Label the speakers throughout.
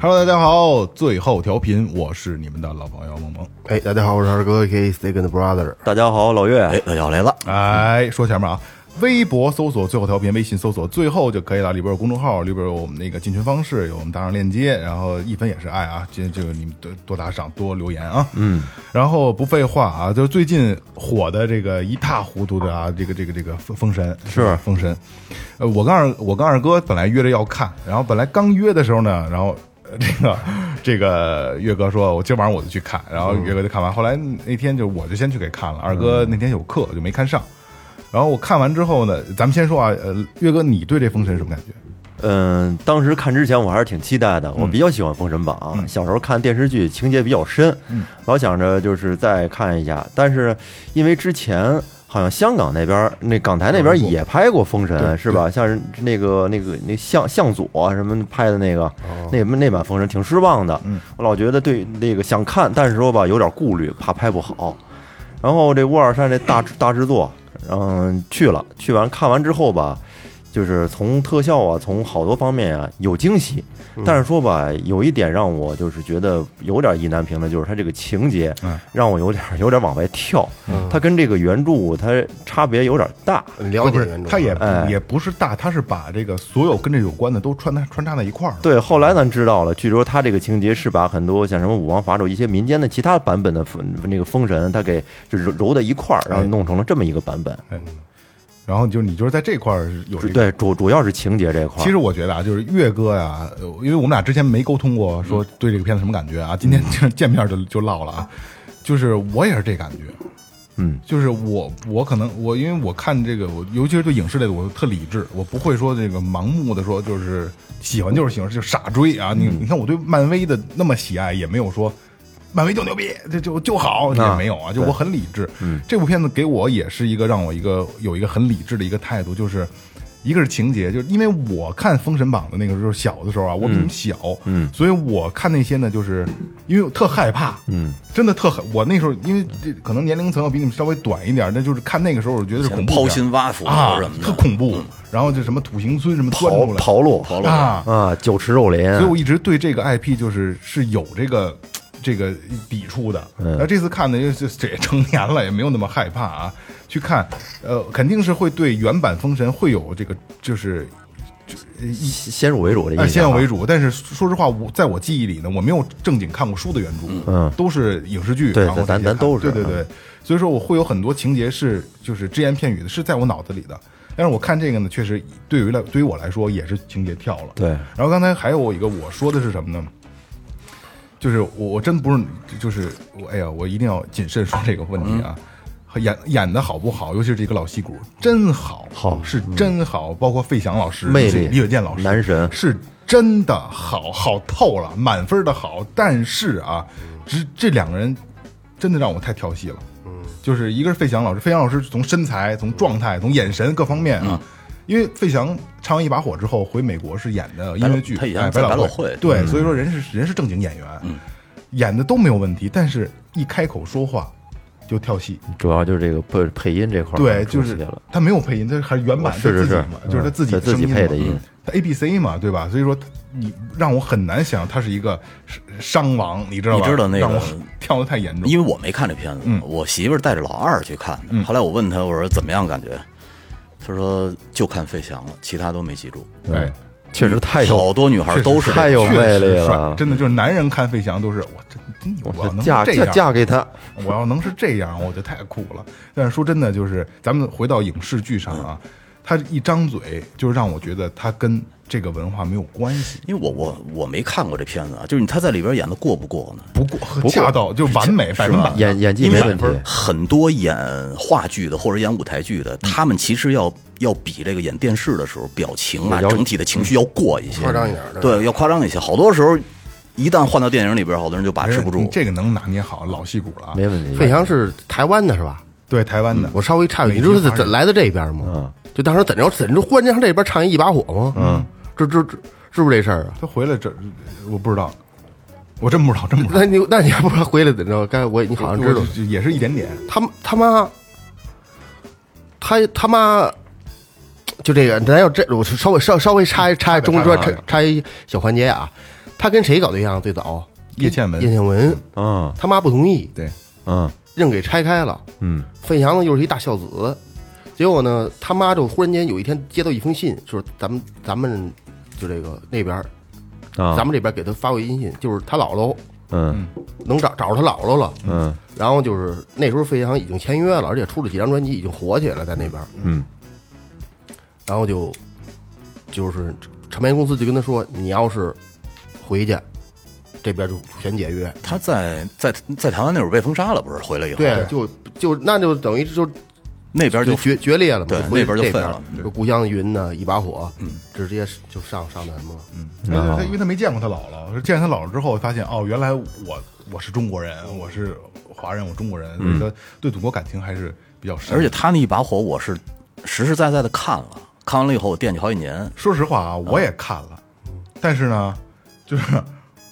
Speaker 1: 哈喽，大家好，最后调频，我是你们的老朋友萌萌。
Speaker 2: 哎，大家好，我是二哥，K Second Brother。
Speaker 3: 大家好，老岳，
Speaker 4: 哎，老姚来了，
Speaker 1: 哎，说前面啊，微博搜索最后调频，微信搜索最后就可以了。里边有公众号，里边有我们那个进群方式，有我们打赏链接。然后一分也是爱啊，这这个你们多多打赏，多留言啊。嗯，然后不废话啊，就是最近火的这个一塌糊涂的啊，这个这个这个封封神是封神。呃，我跟二我跟二哥本来约着要看，然后本来刚约的时候呢，然后。呃这个这个岳哥说，我今晚上我就去看，然后岳哥就看完。后来那天就我就先去给看了，二哥那天有课就没看上。然后我看完之后呢，咱们先说啊，呃，岳哥，你对这封神什么感觉？
Speaker 3: 嗯，当时看之前我还是挺期待的，我比较喜欢《封神榜》小时候看电视剧情节比较深，老想着就是再看一下，但是因为之前好像香港那边儿那港台那边儿也拍过《封神》是吧？像是那个那个那向向佐什么拍的那个、那那版《封神》挺失望的，我老觉得对那个想看，但是说吧有点顾虑，怕拍不好。然后这乌尔善这大大制作，嗯，去了，去完看完之后吧，就是从特效啊，从好多方面啊有惊喜，
Speaker 1: 嗯
Speaker 3: 但是说吧，有一点让我就是觉得有点意难平的，就是它这个情节
Speaker 1: 嗯
Speaker 3: 让我有点 有点往外跳，它跟这个原著它差别有点大，
Speaker 2: 了解
Speaker 1: 不是
Speaker 2: 原，著
Speaker 1: 他也
Speaker 3: 哎
Speaker 1: 也不是大，他是把这个所有跟这有关的都穿插穿插在一块儿了。
Speaker 3: 对，后来咱知道了，据说他这个情节是把很多像什么武王伐纣一些民间的其他版本的封那个封神，他给就揉揉在一块儿，然
Speaker 1: 哎
Speaker 3: 后弄成了这么一个版本。
Speaker 1: 然后就你就是在这块儿有这个。
Speaker 3: 对，主主要是情节这块儿。
Speaker 1: 其实我觉得啊，就是岳哥呀，呃因为我们俩之前没沟通
Speaker 3: 嗯
Speaker 1: 过，说对这个片子什么感觉啊，今天就是 见面就就唠了啊，就是我也是这感觉，
Speaker 3: 嗯，
Speaker 1: 就是我我可能我因为我看这个，我尤其是对影视类的，我特理智，我不会说这个盲目的说就是喜欢就是喜欢，就傻追啊。
Speaker 3: 嗯
Speaker 1: 你你看我对漫威的那么喜爱，也没有说漫威就牛逼，这就就好，也没有
Speaker 4: 嗯
Speaker 1: 啊，就我很理智。这部片子给我也是一个让我一个有一个很理智的一个态度，就是。一个是情节，就是因为我看《封神榜》的那个时候，小的时候啊，我比你们小，嗯，所以我看那些呢，就是因为我特害怕，嗯，真的特害。我那时候因为这可能年龄层要比你们稍微短一点，那就是看那个时候，我觉得是恐怖片
Speaker 4: 刨心挖腹
Speaker 1: 啊
Speaker 4: 什么，
Speaker 1: 特
Speaker 4: 的，嗯
Speaker 1: 恐怖。然后就什么土行孙什么钻
Speaker 3: 刨
Speaker 1: 出来
Speaker 3: 刨路
Speaker 4: 刨路
Speaker 1: 啊，
Speaker 3: 啊，酒池肉林，
Speaker 1: 所以我一直对这个 IP 就是是有这个这个抵触的。
Speaker 3: 嗯
Speaker 1: 然后这次看呢，因为这这也成年了，也没有那么害怕啊，去看，呃，肯定是会对原版《封神》会有这个就是
Speaker 3: 先先入为主的印
Speaker 1: 哎，
Speaker 3: 象，
Speaker 1: 先入为主。但是说实话，我在我记忆里呢，我没有正经看过书的原著，
Speaker 3: 嗯，
Speaker 1: 都是影视剧，
Speaker 3: 对
Speaker 1: 然后
Speaker 3: 咱
Speaker 1: 再看
Speaker 3: 咱都是嗯
Speaker 1: 对对对。所以说，我会有很多情节是就是只言片语的，是在我脑子里的。但是我看这个呢，确实对于来对于我来说也是情节跳了。
Speaker 3: 对
Speaker 1: 然后刚才还有一个我说的是什么呢？就是我我真不是就是我哎呀，我一定要谨慎说这个问题啊。
Speaker 3: 嗯
Speaker 1: 演演的好不好，尤其是这个老戏骨，真好，
Speaker 3: 好嗯
Speaker 1: 是真好。包括费翔老师、
Speaker 3: 魅力
Speaker 1: 李雪健老师、
Speaker 3: 男神
Speaker 1: 是真的好好透了，满分的好。但是啊，这这两个人真的让我太挑戏了。嗯，就是一个是费翔老师，费翔老师从身材、从状态、从眼神各方面啊，因为费翔唱完《一把火》之后回美国是演的音乐剧，
Speaker 4: 他以前
Speaker 1: 哎
Speaker 4: 在
Speaker 1: 百
Speaker 4: 百
Speaker 1: 老
Speaker 4: 老汇
Speaker 1: 对，嗯所以说人是人是正经演员，演的都没有问题，但是一开口说话就跳戏。
Speaker 3: 主要就是这个配配音这块儿
Speaker 1: 对，
Speaker 3: 出
Speaker 1: 就
Speaker 3: 戏
Speaker 1: 是
Speaker 3: 了。
Speaker 1: 他没有配音，他还是原版他
Speaker 3: 是是
Speaker 1: 自己
Speaker 3: 是
Speaker 1: 嘛，就是他
Speaker 3: 嗯
Speaker 1: 自己
Speaker 3: 他自己
Speaker 1: 声嘛
Speaker 3: 配的音，
Speaker 1: 他 A B C 嘛，对吧？所以说他你让我很难想象他是一个伤亡，你知道吧？
Speaker 4: 你知道那个
Speaker 1: 让我 跳的太严重，
Speaker 4: 因为我没看这片子，
Speaker 3: 嗯
Speaker 4: 我媳妇儿带着老二去看的。后来我问他，我说怎么样感觉？他说就看费翔了，其他都没记住。
Speaker 1: 哎，
Speaker 3: 确实太有
Speaker 4: 好多女孩都是这
Speaker 3: 太
Speaker 4: 样
Speaker 3: 有魅力
Speaker 1: 确实帅
Speaker 3: 了。
Speaker 1: 真的就是男人看费翔都是我真真牛，我要能
Speaker 3: 嫁
Speaker 1: 这
Speaker 3: 嫁
Speaker 1: 样，啊
Speaker 3: 嫁给他，
Speaker 1: 我要能是这样，我就太酷了。但是说真的，
Speaker 4: 嗯
Speaker 1: 就是咱们回到影视剧上啊，他一张嘴就让我觉得他跟这个文化没有关系，
Speaker 4: 因为我我我没看过这片子啊，就是他在里边演的过不过呢？
Speaker 1: 不过和恰到就完美百分百。
Speaker 3: 演演技
Speaker 4: 因为
Speaker 3: 没问题，
Speaker 4: 很多演话剧的或者演舞台剧
Speaker 3: 嗯
Speaker 4: 的，他们其实要要比这个演电视的时候表情啊，
Speaker 3: 要嗯
Speaker 4: 整体的情绪要过一些，
Speaker 2: 夸张一点对
Speaker 4: 对，要夸张一些。好多时候，一旦换到电影里边，好多人就把啊持不住。
Speaker 1: 这个能拿捏好老戏骨了啊。
Speaker 3: 没问题。
Speaker 2: 费翔是台湾的是吧？
Speaker 1: 对台湾的，
Speaker 2: 嗯我稍微看了，你知道是怎来的这边吗？就当时怎着怎着，忽然间上这边唱一一把火吗？嗯，这这这是不是这事儿啊？
Speaker 1: 他回来这我不知道，我真不知道，真不知道。
Speaker 2: 那你那你还不知道回来怎着？该我你好像知道
Speaker 1: 我，就也是一点点，
Speaker 2: 他他妈，他他妈，就这个，咱要这我稍微稍稍微插一插一中间
Speaker 1: 插
Speaker 2: 插插一小环节啊，他跟谁搞对象最早？
Speaker 1: 叶倩
Speaker 2: 叶
Speaker 1: 文
Speaker 2: 倩文，
Speaker 1: 啊
Speaker 3: 嗯
Speaker 2: 他妈不同意，
Speaker 1: 对，
Speaker 3: 嗯
Speaker 2: 愣给拆开了。
Speaker 3: 嗯，
Speaker 2: 费翔呢又是一大孝子，结果呢，他妈就忽然间有一天接到一封信，就是咱们咱们就这个那边儿，
Speaker 3: 啊，
Speaker 2: 咱们这边给他发过音信，就是他姥姥
Speaker 3: 嗯
Speaker 2: 能找找着他姥姥了。
Speaker 3: 嗯
Speaker 2: 然后就是那时候费翔已经签约了，而且出了几张专辑，已经火起来了在那边。
Speaker 3: 嗯，
Speaker 2: 然后就就是唱片公司就跟他说，你要是回去，这边就全解约。
Speaker 4: 他在在在台湾那会儿被封杀了，不是回来以后，
Speaker 2: 对，就就那就等于就
Speaker 4: 那边
Speaker 2: 就
Speaker 4: 就
Speaker 2: 决决裂了嘛，
Speaker 4: 对
Speaker 2: 回
Speaker 4: 那边就
Speaker 2: 这
Speaker 4: 废了
Speaker 2: 就故乡云呢，一把火，直接就上上那什么了。
Speaker 1: 他
Speaker 2: 嗯
Speaker 1: 因为他没见过他姥姥，见他姥姥之后发现哦，原来我我是中国人，我是华人，我中国人，
Speaker 2: 嗯
Speaker 1: 所以他对祖国感情还是比较深。
Speaker 4: 而且他那一把火，我是实实在在的看了，看完了以后我惦记好几年。
Speaker 1: 说实话啊，我也看了，
Speaker 2: 嗯
Speaker 1: 但是呢，就是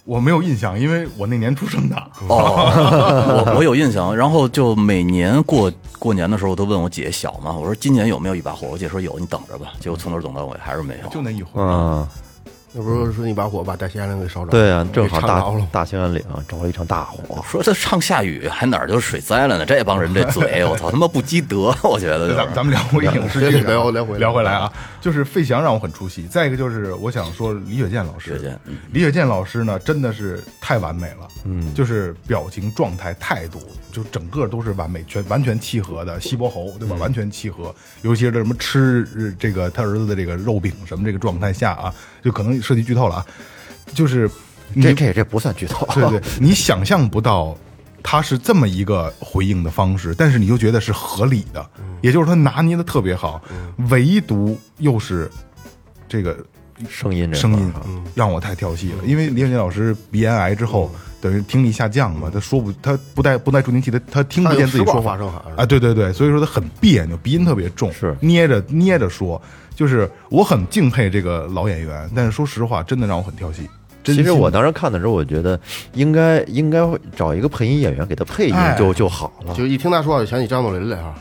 Speaker 1: 我没有印象，因为我那年出生的。
Speaker 4: 哦，我我有印象。然后就每年过过年的时候，我都问我姐小嘛，我说今年有没有一把火？我姐说有，你等着吧。结果从头等到尾还是没有。
Speaker 1: 就那一会儿，
Speaker 3: 嗯，
Speaker 2: 那不是说一把火把大兴安岭给烧着？
Speaker 3: 对啊，正好
Speaker 2: 给唱着
Speaker 3: 大
Speaker 2: 了。
Speaker 3: 大兴安岭着了一场大火，
Speaker 4: 说这唱下雨还哪儿就是水灾了呢？这帮人这嘴，我操他妈不积德，我觉得、就
Speaker 1: 咱们
Speaker 4: 是。
Speaker 1: 咱们聊回影视剧啊，
Speaker 2: 聊聊回来
Speaker 1: 聊回来啊，就是费翔让我很出戏。再一个就是我想说李雪健老师，
Speaker 4: 李雪健
Speaker 1: 李雪健老师呢真的是太完美了，嗯，就是表情、状态、态度，就整个都是完美，全完全契合的。西伯侯对
Speaker 3: 嗯
Speaker 1: 吧？完全契合，尤其是这什么吃呃这个他儿子的这个肉饼什么这个状态下啊，就可能涉及剧透了啊，就是你
Speaker 3: 这这这不算剧透，
Speaker 1: 对 对，你想象不到他是这么一个回应的方式，但是你就觉得是合理的，
Speaker 3: 嗯
Speaker 1: 也就是他拿捏的特别好，唯独又是这个
Speaker 3: 声音这
Speaker 1: 声
Speaker 3: 块儿啊
Speaker 1: 音让我太跳戏了，因为李雪健老师鼻咽癌之后。等于听力下降嘛，他说不，他不带不带助听器，他他听不见自己说
Speaker 2: 他有迟
Speaker 1: 话
Speaker 2: 缓发声好像是
Speaker 1: 啊，对对对，所以说他很别扭，鼻音特别重，
Speaker 3: 是
Speaker 1: 捏着捏着说，就是我很敬佩这个老演员，但是说实话，真的让我很跳戏。真
Speaker 3: 其实
Speaker 1: 心
Speaker 3: 我当时看的时候，我觉得应该应该会找一个配音演员给他配音
Speaker 1: 哎
Speaker 3: 就就好了。
Speaker 2: 就一听他说话，就想起张作霖来哈。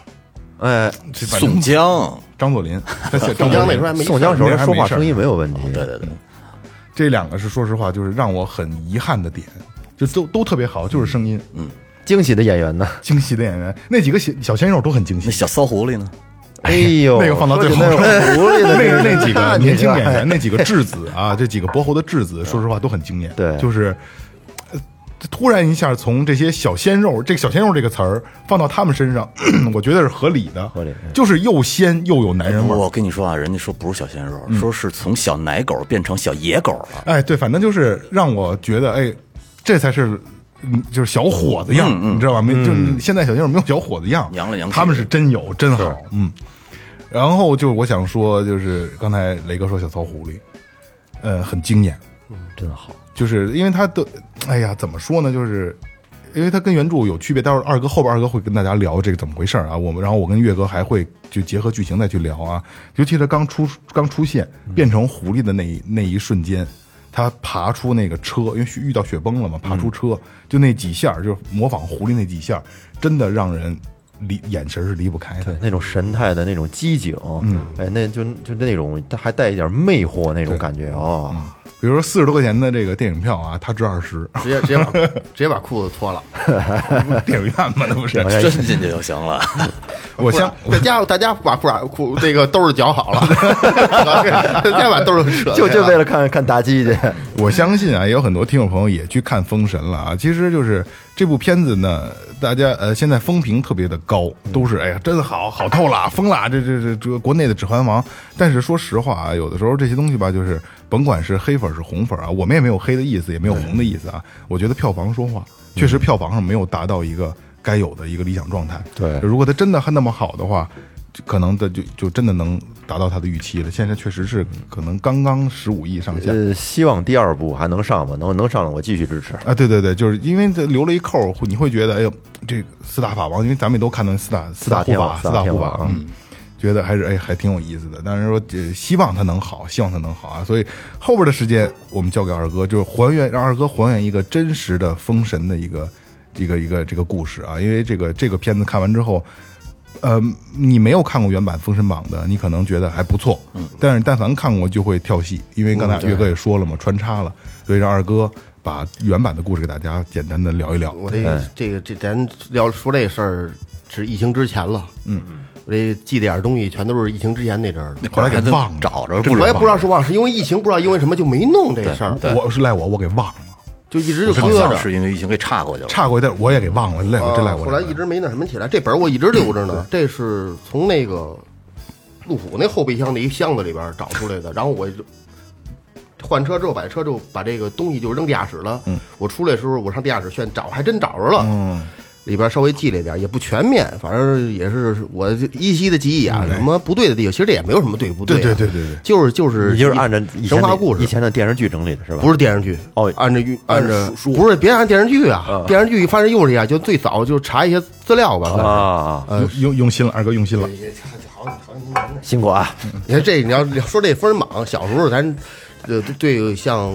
Speaker 3: 哎，
Speaker 1: 反正
Speaker 4: 宋江，
Speaker 1: 张作霖，他写张
Speaker 2: 宋江
Speaker 1: 作
Speaker 2: 那
Speaker 1: 霖
Speaker 2: 时候还没
Speaker 3: 宋江时候说话声
Speaker 1: 没事啊
Speaker 3: 音没有问题，
Speaker 4: 对对对，
Speaker 1: 这两个是说实话，就是让我很遗憾的点，就都都特别好，就是声音，嗯，
Speaker 3: 惊喜的演员呢？
Speaker 1: 惊喜的演员，那几个小小鲜肉都很惊喜
Speaker 4: 那，小骚狐狸呢？
Speaker 3: 哎呦，
Speaker 1: 那个放到最后
Speaker 3: 说起那个狐狸的
Speaker 1: 那
Speaker 3: 个
Speaker 1: 那几个年
Speaker 3: 哎
Speaker 1: 轻演员，那几个质子啊，这几个博侯的质子，说实话都很惊艳。
Speaker 3: 对
Speaker 1: 就是呃突然一下从这些小鲜肉，这个小鲜肉这个词儿放到他们身上， 我觉得是合理的，
Speaker 3: 合理嗯
Speaker 1: 就是又鲜又有男人味儿。
Speaker 4: 我跟你说啊，人家说不是小鲜肉，说是从小奶狗变成小野狗了。
Speaker 1: 哎，对，反正就是让我觉得，哎，这才是。嗯，就是小伙子样，你知道吧？没，就是现在小鲜肉没有小伙子样，
Speaker 4: 娘了娘气
Speaker 1: 他们是真有，真好，嗯。然后就我想说，就是刚才雷哥说小骚狐狸，呃，很惊艳，
Speaker 3: 真好，
Speaker 1: 就是因为他的，哎呀，怎么说呢？就是因为他跟原著有区别，待会儿二哥后边二哥会跟大家聊这个怎么回事儿啊。我们然后我跟岳哥还会就结合剧情再去聊啊。尤其他刚出刚出现变成狐狸的那一那一瞬间，他爬出那个车，因为雪遇到雪崩了嘛，爬出车、就那几下儿，就是模仿狐狸那几下儿，真的让人离眼神是离不开的
Speaker 3: 对。那种神态的那种机警，
Speaker 2: 嗯
Speaker 3: 哎，那就就那种还带一点魅惑那种感觉哦，
Speaker 2: 嗯
Speaker 1: 比如说四十多块钱的这个电影票啊，他值二十，
Speaker 2: 直接直接把直接把裤子脱了，
Speaker 1: 电影院嘛，那不是？
Speaker 4: 真进去就行了，
Speaker 1: 我相
Speaker 2: 在家大家把裤衩裤那个兜儿绞好了，大家把兜儿扯开 了，
Speaker 3: 就就为 了看看妲己去，
Speaker 1: 我相信啊，也有很多听众朋友也去看《封神》了啊。其实就是这部片子呢，大家呃现在风评特别的高，都是哎呀真好，好透了，疯了，这这这这国内的《指环王》。但是说实话啊，有的时候这些东西吧，就是甭管是黑粉是红粉啊，我们也没有黑的意思，也没有红的意思啊。我觉得票房说话，确
Speaker 3: 嗯
Speaker 1: 实票房上没有达到一个该有的一个理想状态。
Speaker 3: 对
Speaker 1: 如果它真的那么好的话，就可能的就就真的能达到它的预期了。现在确实是可能刚刚十五亿上下。
Speaker 3: 呃，希望第二部还能上吧，能能上了我继续支持。
Speaker 1: 啊，对对对，就是因为这留了一扣儿，会你会觉得，哎呦，这四大法王，因为咱们也都看到四大四
Speaker 3: 大
Speaker 1: 大护
Speaker 3: 天
Speaker 1: 法
Speaker 3: 王，四
Speaker 1: 四
Speaker 3: 大
Speaker 1: 大护
Speaker 3: 天
Speaker 1: 法，
Speaker 3: 王
Speaker 1: 嗯，觉得还是哎还挺有意思的。但是说，呃希望它能好，希望它能好啊。所以后边的时间我们交给二哥，就是还原，让二哥还原一个真实的封神的一个一个一个这个故事啊。因为这个这个片子看完之后，呃，你没有看过原版《封神榜》的，你可能觉得还不错，嗯，但是但凡看过就会跳戏，因为刚才岳哥也说了嘛，穿插了，所以让二哥把原版的故事给大家简单的聊一聊。
Speaker 2: 我这个这个这咱要说这事儿是疫情之前了，嗯嗯，我这记得点儿东西全都是疫情之前那阵儿的。
Speaker 1: 后来给忘了，
Speaker 4: 找着不
Speaker 2: 我也不知
Speaker 4: 道
Speaker 2: 道是忘了，是因为疫情，不知道因为什么就没弄这个事儿，
Speaker 1: 我是赖我，我给忘了，
Speaker 2: 就一直就
Speaker 4: 好
Speaker 2: 搁
Speaker 4: 像
Speaker 2: 着。
Speaker 4: 是因为疫情给岔过去了。
Speaker 1: 差过一段我也给忘了，赖我这赖
Speaker 2: 啊
Speaker 1: 我。
Speaker 2: 后来一直没那什么起来，这本儿我一直留着呢。这是从那个路虎那后备箱的一箱子里边儿找出来的，然后我就换车之后，把车之后把这个东西就扔地下室了。我出来的时候，我上地下室炫找，还真找着了。
Speaker 1: 嗯
Speaker 2: 里边稍微记了一点，也不全面，反正也是我就依稀的记忆啊，什么不对的地方，其实这也没有什么对不
Speaker 1: 对
Speaker 2: 啊
Speaker 1: 对对对对，
Speaker 2: 就是就是
Speaker 3: 你就是按照以前
Speaker 2: 神
Speaker 3: 的
Speaker 2: 话故事
Speaker 3: 以前的电视剧整理的是吧？
Speaker 2: 不是电视剧
Speaker 3: 哦
Speaker 2: 按照预按照
Speaker 3: 按书
Speaker 2: 不是别按电视剧啊，电视剧发现又是一样，就最早就查一些资料吧。
Speaker 3: 啊啊，啊
Speaker 1: 用呃用用心了，二哥用心了，
Speaker 3: 辛苦啊！
Speaker 2: 你看这你要说这分榜，小时候咱呃对像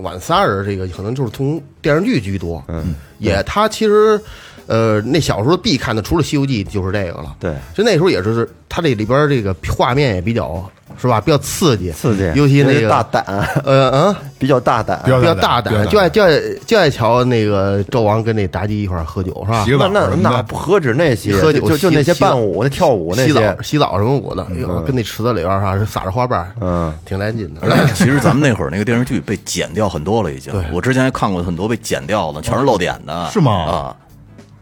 Speaker 2: 晚三儿这个可能就是从电视剧居多，嗯，也他其实呃那小时候必看的除了《西游记》就是这个了，
Speaker 3: 对
Speaker 2: 就那时候也是他这里边这个画面也比较是吧，比较刺激，
Speaker 3: 刺激，
Speaker 2: 尤其那
Speaker 3: 人
Speaker 2: 个
Speaker 3: 家大胆，啊
Speaker 2: 呃嗯。
Speaker 3: 比较大胆。啊
Speaker 1: 比较
Speaker 2: 比较大
Speaker 1: 大胆
Speaker 2: 胆，
Speaker 1: 比较大胆
Speaker 2: 就爱就爱就爱瞧那个纣王跟那妲己一块儿喝酒是吧？
Speaker 1: 洗个
Speaker 3: 那
Speaker 1: 澡
Speaker 3: 那
Speaker 1: 什么
Speaker 3: 那
Speaker 1: 的
Speaker 3: 不何止那些，
Speaker 2: 喝酒
Speaker 3: 就就
Speaker 2: 洗
Speaker 3: 那些
Speaker 2: 洗澡
Speaker 3: 伴舞、那跳舞那些
Speaker 2: 洗澡、洗澡什么舞的，哎呦跟那池子里边儿啊撒着花瓣儿，
Speaker 3: 嗯，
Speaker 2: 挺来劲的。
Speaker 4: 其实咱们那会儿那个电视剧被剪掉很多了，已经。我之前还看过很多被剪掉的，全是露点的。
Speaker 1: 是吗
Speaker 4: 啊，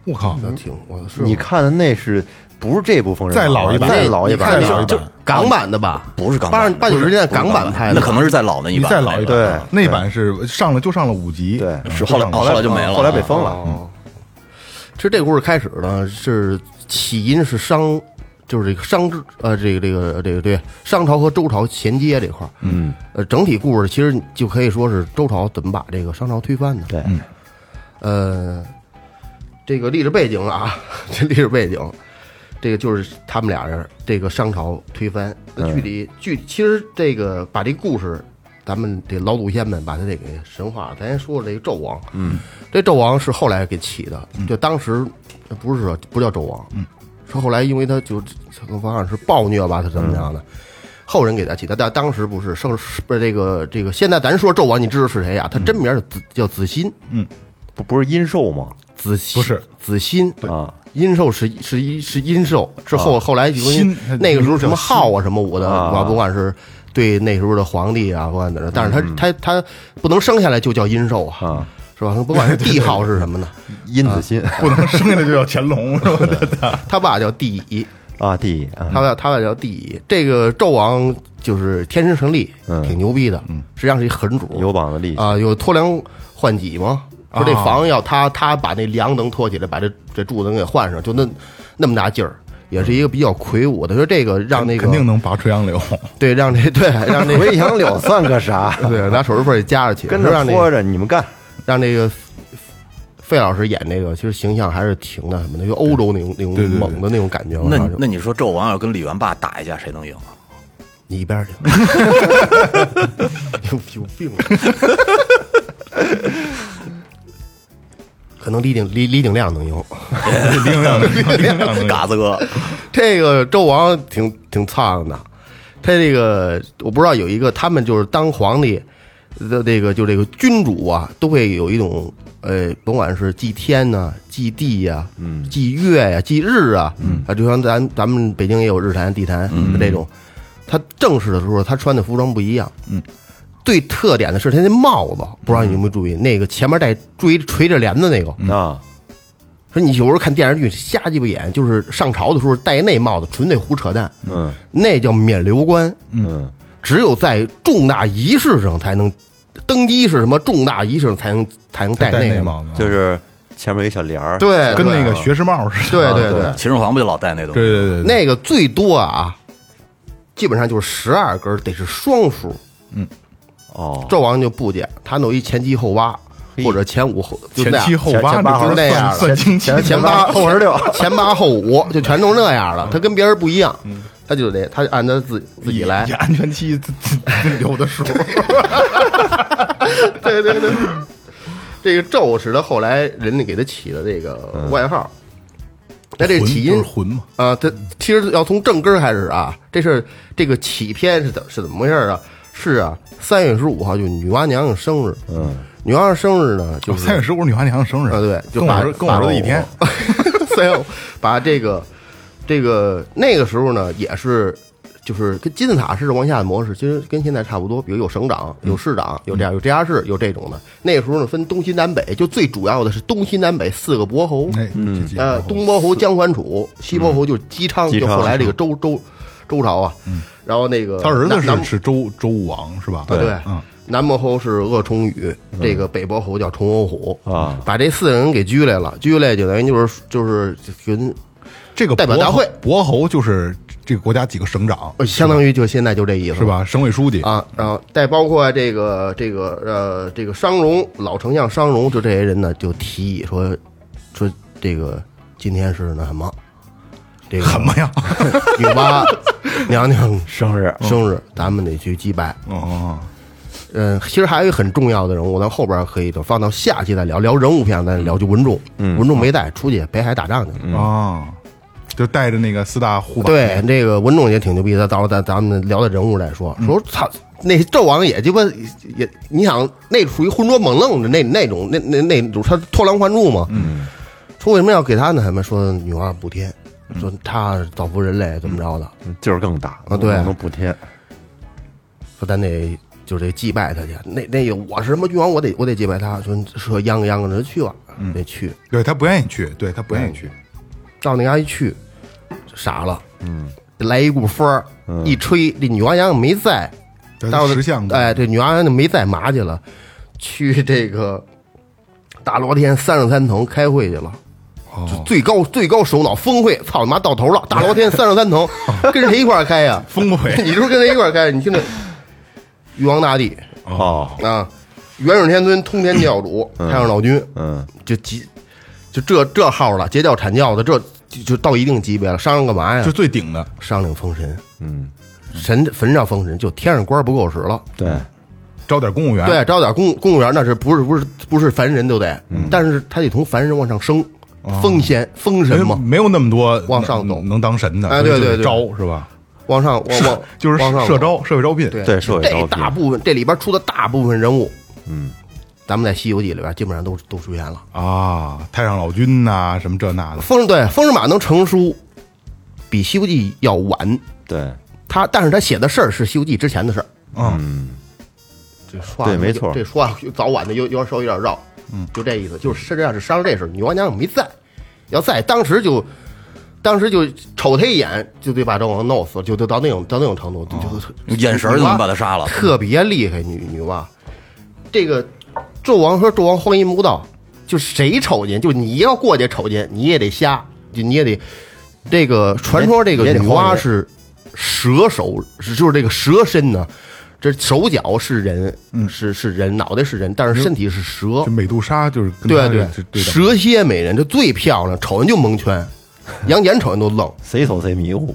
Speaker 1: 我靠，
Speaker 2: 挺，我是
Speaker 3: 你看的那是不是这部分人？
Speaker 1: 再老一版
Speaker 3: 再老一
Speaker 1: 再
Speaker 3: 版，
Speaker 2: 看
Speaker 1: 老
Speaker 2: 就
Speaker 1: 一版
Speaker 2: 就港版的吧？
Speaker 4: 不是港
Speaker 2: 八
Speaker 4: 版
Speaker 2: 十
Speaker 4: 的
Speaker 2: 八九十年代港版拍的，哦
Speaker 4: 那可能是再老那一
Speaker 1: 你
Speaker 4: 版，
Speaker 1: 再老一
Speaker 4: 那个
Speaker 1: 版，啊那版是上了就上了五集，
Speaker 3: 对
Speaker 1: 嗯
Speaker 4: 是后来
Speaker 1: 就上了
Speaker 4: 后来就没了，啊
Speaker 3: 后来被封了。
Speaker 2: 哦。其实这故事开始呢，是起因是商，就是这个商之呃，这个这个这个对商朝和周朝衔接这块儿，嗯，呃，整体故事其实就可以说是周朝怎么把这个商朝推翻的，
Speaker 3: 对，
Speaker 2: 呃，这个历史背景啊， 这历史背景，这个就是他们俩人这个商朝推翻。呃距离距其实这个把这故事，咱们这老祖先们把它这给神话了。咱先说说这个纣王，嗯，这纣王是后来给起的，就当时不是说不叫纣王，嗯，是后来因为他就我好像是暴虐吧，他怎么样的。后人给他起的，但当时不是圣是不是这个这个。现在咱说纣王，你知道是谁呀、啊他真名儿叫子叫子欣，
Speaker 3: 不不是阴寿吗？
Speaker 2: 子欣
Speaker 1: 不是
Speaker 2: 子欣
Speaker 3: 啊，
Speaker 2: 殷寿是是一是殷寿，之后、后来因
Speaker 1: 辛
Speaker 2: 为那个时候什么
Speaker 1: 叫辛
Speaker 2: 号啊什么我的，
Speaker 3: 啊
Speaker 2: 我不管是对那时候的皇帝啊，不管怎么着，但是他、他他不能生下来就叫殷寿啊，
Speaker 3: 啊
Speaker 2: 是吧？不管是帝号是什么呢，
Speaker 3: 殷子欣
Speaker 1: 不能 生下来就叫乾隆，是吧？
Speaker 2: 他爸叫帝乙，
Speaker 3: 啊，第一啊
Speaker 2: 他爸他爸叫帝乙。这个纣王就是天生神力，
Speaker 3: 嗯
Speaker 2: 挺牛逼的，实际上是一狠主，
Speaker 3: 有膀子力气
Speaker 2: 啊，有脱梁换脊吗？说这
Speaker 1: 啊
Speaker 2: 房要他他把那梁能托起来，把这这柱子能给换上，就那那么大劲儿，也是一个比较魁梧的。说这个让那个
Speaker 1: 肯定能拔垂杨柳，
Speaker 2: 对让这对让那
Speaker 3: 回杨柳算个啥？
Speaker 2: 对拿手指缝儿夹着起，
Speaker 3: 跟
Speaker 2: 说
Speaker 3: 着
Speaker 2: 让那
Speaker 3: 拖着，你们干。
Speaker 2: 让那个费费老师演那个，其实形象还是挺那什么的，就欧洲那种那种猛的那种感觉。我
Speaker 4: 那
Speaker 2: 操
Speaker 4: 那你说纣王要跟李元霸打一架，谁能赢啊？
Speaker 2: 你一边儿去，有有病啊吧。可能李景李李景亮能赢，
Speaker 1: 李景亮，李景亮，
Speaker 4: 嘎子哥，
Speaker 2: 这个纣王挺挺苍的，他这个我不知道有一个，他们就是当皇帝的这个就这个君主啊，都会有一种呃，甭管是祭天呐、祭地呀、嗯，祭月呀、祭日啊，嗯，啊，就像咱咱们北京也有日坛、地坛这种，他正式的时候他穿的服装不一样，嗯。最嗯特点的是他那帽子，不知道你有没有注意，那个前面带锥垂着帘子那个，
Speaker 3: 啊，
Speaker 2: 说你有时候看电视剧瞎鸡巴演，就是上朝的时候戴那帽子，纯粹胡扯淡，
Speaker 3: 嗯
Speaker 2: 那叫免流官。
Speaker 3: 嗯
Speaker 2: 只有在重大仪式上才能，登基是什么重大仪式上才能才能戴那
Speaker 1: 那
Speaker 2: 个？
Speaker 1: 帽子，
Speaker 3: 嗯就是前面有一小帘儿，，
Speaker 2: 对，
Speaker 1: 跟
Speaker 2: 对
Speaker 1: 那个学士帽似的。
Speaker 2: 对对对，
Speaker 4: 啊秦始皇不就老戴那东西？
Speaker 1: 对对对对，
Speaker 2: 那个最多啊，基本上就是十二根儿得是双数。
Speaker 3: 哦，
Speaker 2: 纣王就不讲，他弄一前七后八，
Speaker 3: 嘿
Speaker 2: 或者前五后就
Speaker 1: 前
Speaker 2: 那
Speaker 1: 七
Speaker 2: 样
Speaker 1: 后八，
Speaker 3: 前前八
Speaker 1: 你
Speaker 2: 行
Speaker 1: 不是
Speaker 2: 那
Speaker 1: 算
Speaker 2: 样的
Speaker 1: 算经济
Speaker 2: 前前八
Speaker 3: 后二十六，
Speaker 2: 前八后五，就全都那样了。他跟别人不一样，
Speaker 1: 嗯
Speaker 2: 他就得他按他自己自己来
Speaker 1: 以。安全期自自自留的数，
Speaker 2: 对对对，这个纣使得后来人家给他起的这个外号。 那这个起
Speaker 1: 嗯就
Speaker 2: 因
Speaker 1: 是混嘛，
Speaker 2: 啊，它其实要从正根儿开始啊，这事儿这个起篇是怎是怎么回事儿啊？是啊，三月十五号就是女娲娘娘生日，
Speaker 3: 嗯，
Speaker 2: 女娲生日呢就
Speaker 1: 就是哦三月十五女娲娘娘生日
Speaker 2: 啊对就
Speaker 1: 跟我
Speaker 2: 把
Speaker 1: 儿跟我儿子一天，
Speaker 2: 所以把这个这个那个时候呢，也是就是跟金字塔式的往下的模式，其实跟现在差不多。比如有省长、有
Speaker 1: 嗯
Speaker 2: 市长、有这样有直辖市、有这种的。那个时候呢，分东西南北，就最主要的是东西南北四个伯侯。
Speaker 1: 哎，嗯
Speaker 2: 呃，东伯侯江桓楚，西伯侯就是姬昌，
Speaker 3: 姬
Speaker 2: 就
Speaker 3: 昌
Speaker 2: 后来这个周周周朝啊。然后那个
Speaker 1: 嗯他儿子
Speaker 2: 南
Speaker 1: 是
Speaker 2: 南
Speaker 1: 是周周武王是吧？
Speaker 2: 对
Speaker 1: 嗯，
Speaker 2: 南伯侯是鄂崇禹，这个北伯侯叫崇欧虎
Speaker 3: 啊
Speaker 2: 把这四个人给拘来了，拘来就等于就是就是跟
Speaker 1: 这个
Speaker 2: 代表
Speaker 1: 伯
Speaker 2: 大
Speaker 1: 侯
Speaker 2: 会
Speaker 1: 伯侯就是这个国家几个省长
Speaker 2: 呃，相当于就现在就这意思
Speaker 1: 哦是？吧？省委书记，
Speaker 2: 啊，然后再包括这个这个呃这个商容老丞相商容，就这些人呢，就提议说说这个今天是那什么，这个
Speaker 1: 什么 呀？
Speaker 2: 女娲娘娘
Speaker 3: 生日，
Speaker 2: 生日，咱们得去祭拜。
Speaker 1: 哦，
Speaker 2: 嗯，其实还有一个很重要的人物，咱后边可以就放到下期再聊，聊人物篇咱聊就文仲，
Speaker 1: 嗯
Speaker 2: 文仲没带出去北海打仗去了。
Speaker 1: 啊，就带着那个四大护法，
Speaker 2: 对，这个文仲也挺牛逼的，到时候咱咱们聊的人物再说。说操，那纣王也鸡巴也，你想那属于浑浊猛愣的那那种那那那种，他偷梁换柱嘛。嗯，说为什么要给他呢？什么说女娲补天，说他造福人类怎么着的？
Speaker 3: 劲儿更大
Speaker 2: 啊对
Speaker 3: 能补贴，
Speaker 2: 说咱得就得祭拜他去。那那个我是什么君王，我得我得祭拜他。说说秧歌秧歌，那就去吧，得去。
Speaker 1: 对他不愿意去，对他不
Speaker 2: 嗯
Speaker 1: 愿意去，
Speaker 2: 到那家一去，傻了，嗯，来一股风儿，一吹，这女娲娘娘没在，
Speaker 1: 对
Speaker 2: 到
Speaker 1: 他
Speaker 2: 了
Speaker 1: 识相的
Speaker 2: 哎，这女娲娘娘就没在麻去了，去这个大罗天三十三层开会去了。就最高最高首脑峰会，操你妈到头了！大罗天三十三层，跟谁一块儿开呀、
Speaker 1: 风不会
Speaker 2: 你是不是跟谁一块儿开？你听这，玉皇大帝
Speaker 3: 哦，
Speaker 2: 啊，元始天尊、通天教主、太上老君，
Speaker 3: 嗯，
Speaker 2: 就急，就这这号了，截教阐教的，这就就到一定级别了，商量干嘛呀
Speaker 1: 就？最顶的，
Speaker 2: 商量封神，嗯，神坟上封神，就天上官不够使了，
Speaker 3: 对，
Speaker 1: 招点公务员，
Speaker 2: 对，招点公公务员那是不是不是不是凡人都得，但是他得从凡人往上升，封仙封
Speaker 1: 没
Speaker 2: 神
Speaker 1: 有
Speaker 2: 嘛，
Speaker 1: 没有那么多
Speaker 2: 往上
Speaker 1: 能
Speaker 2: 走
Speaker 1: 能当神的，
Speaker 2: 哎
Speaker 1: 所以
Speaker 2: 对
Speaker 1: 就
Speaker 2: 对
Speaker 1: 得
Speaker 2: 对
Speaker 1: 招是吧？
Speaker 2: 往上往往
Speaker 1: 就是
Speaker 2: 往上
Speaker 1: 社
Speaker 2: 走，
Speaker 1: 招社会招聘，
Speaker 2: 对
Speaker 3: 对社会招
Speaker 2: 这
Speaker 3: 聘
Speaker 2: 大部分这里边出的大部分人物，嗯，咱们在《西游记》里边基本上都都出现了。
Speaker 1: 啊，太上老君呐、什么这那的，
Speaker 2: 封对封神榜能成书，比《西游记》要晚。
Speaker 3: 对，
Speaker 2: 他但是他写的事儿是《西游记》之前的事儿。
Speaker 1: 嗯，
Speaker 2: 这说
Speaker 3: 对没错
Speaker 2: 这说啊早晚的有有点稍微有点绕，嗯，就这意思，就是实际上是商量这事儿。女娲娘娘没在，要在当时就，当时就瞅他一眼就得把纣王弄死，就就到那种到那种程度，就就
Speaker 4: 眼神儿就能把他杀
Speaker 1: 啊
Speaker 4: 了
Speaker 2: 特别厉害，女女娲，这个纣王说纣王荒淫无道，就谁瞅见，就你要过去瞅见，你也得瞎，就你也得这个传说这个
Speaker 3: 也得
Speaker 2: 女
Speaker 3: 荒
Speaker 2: 娲
Speaker 3: 淫
Speaker 2: 是蛇手，是就是这个蛇身呢。这手脚是人，
Speaker 1: 嗯
Speaker 2: 是是人，脑袋是人，但是身体是蛇
Speaker 1: 这，美杜莎就是跟
Speaker 2: 对
Speaker 1: 他
Speaker 2: 对
Speaker 1: 是，对等的
Speaker 2: 蛇蝎美人，这最漂亮，瞅人就蒙圈，杨戬瞅人都愣，
Speaker 3: 谁瞅谁迷糊，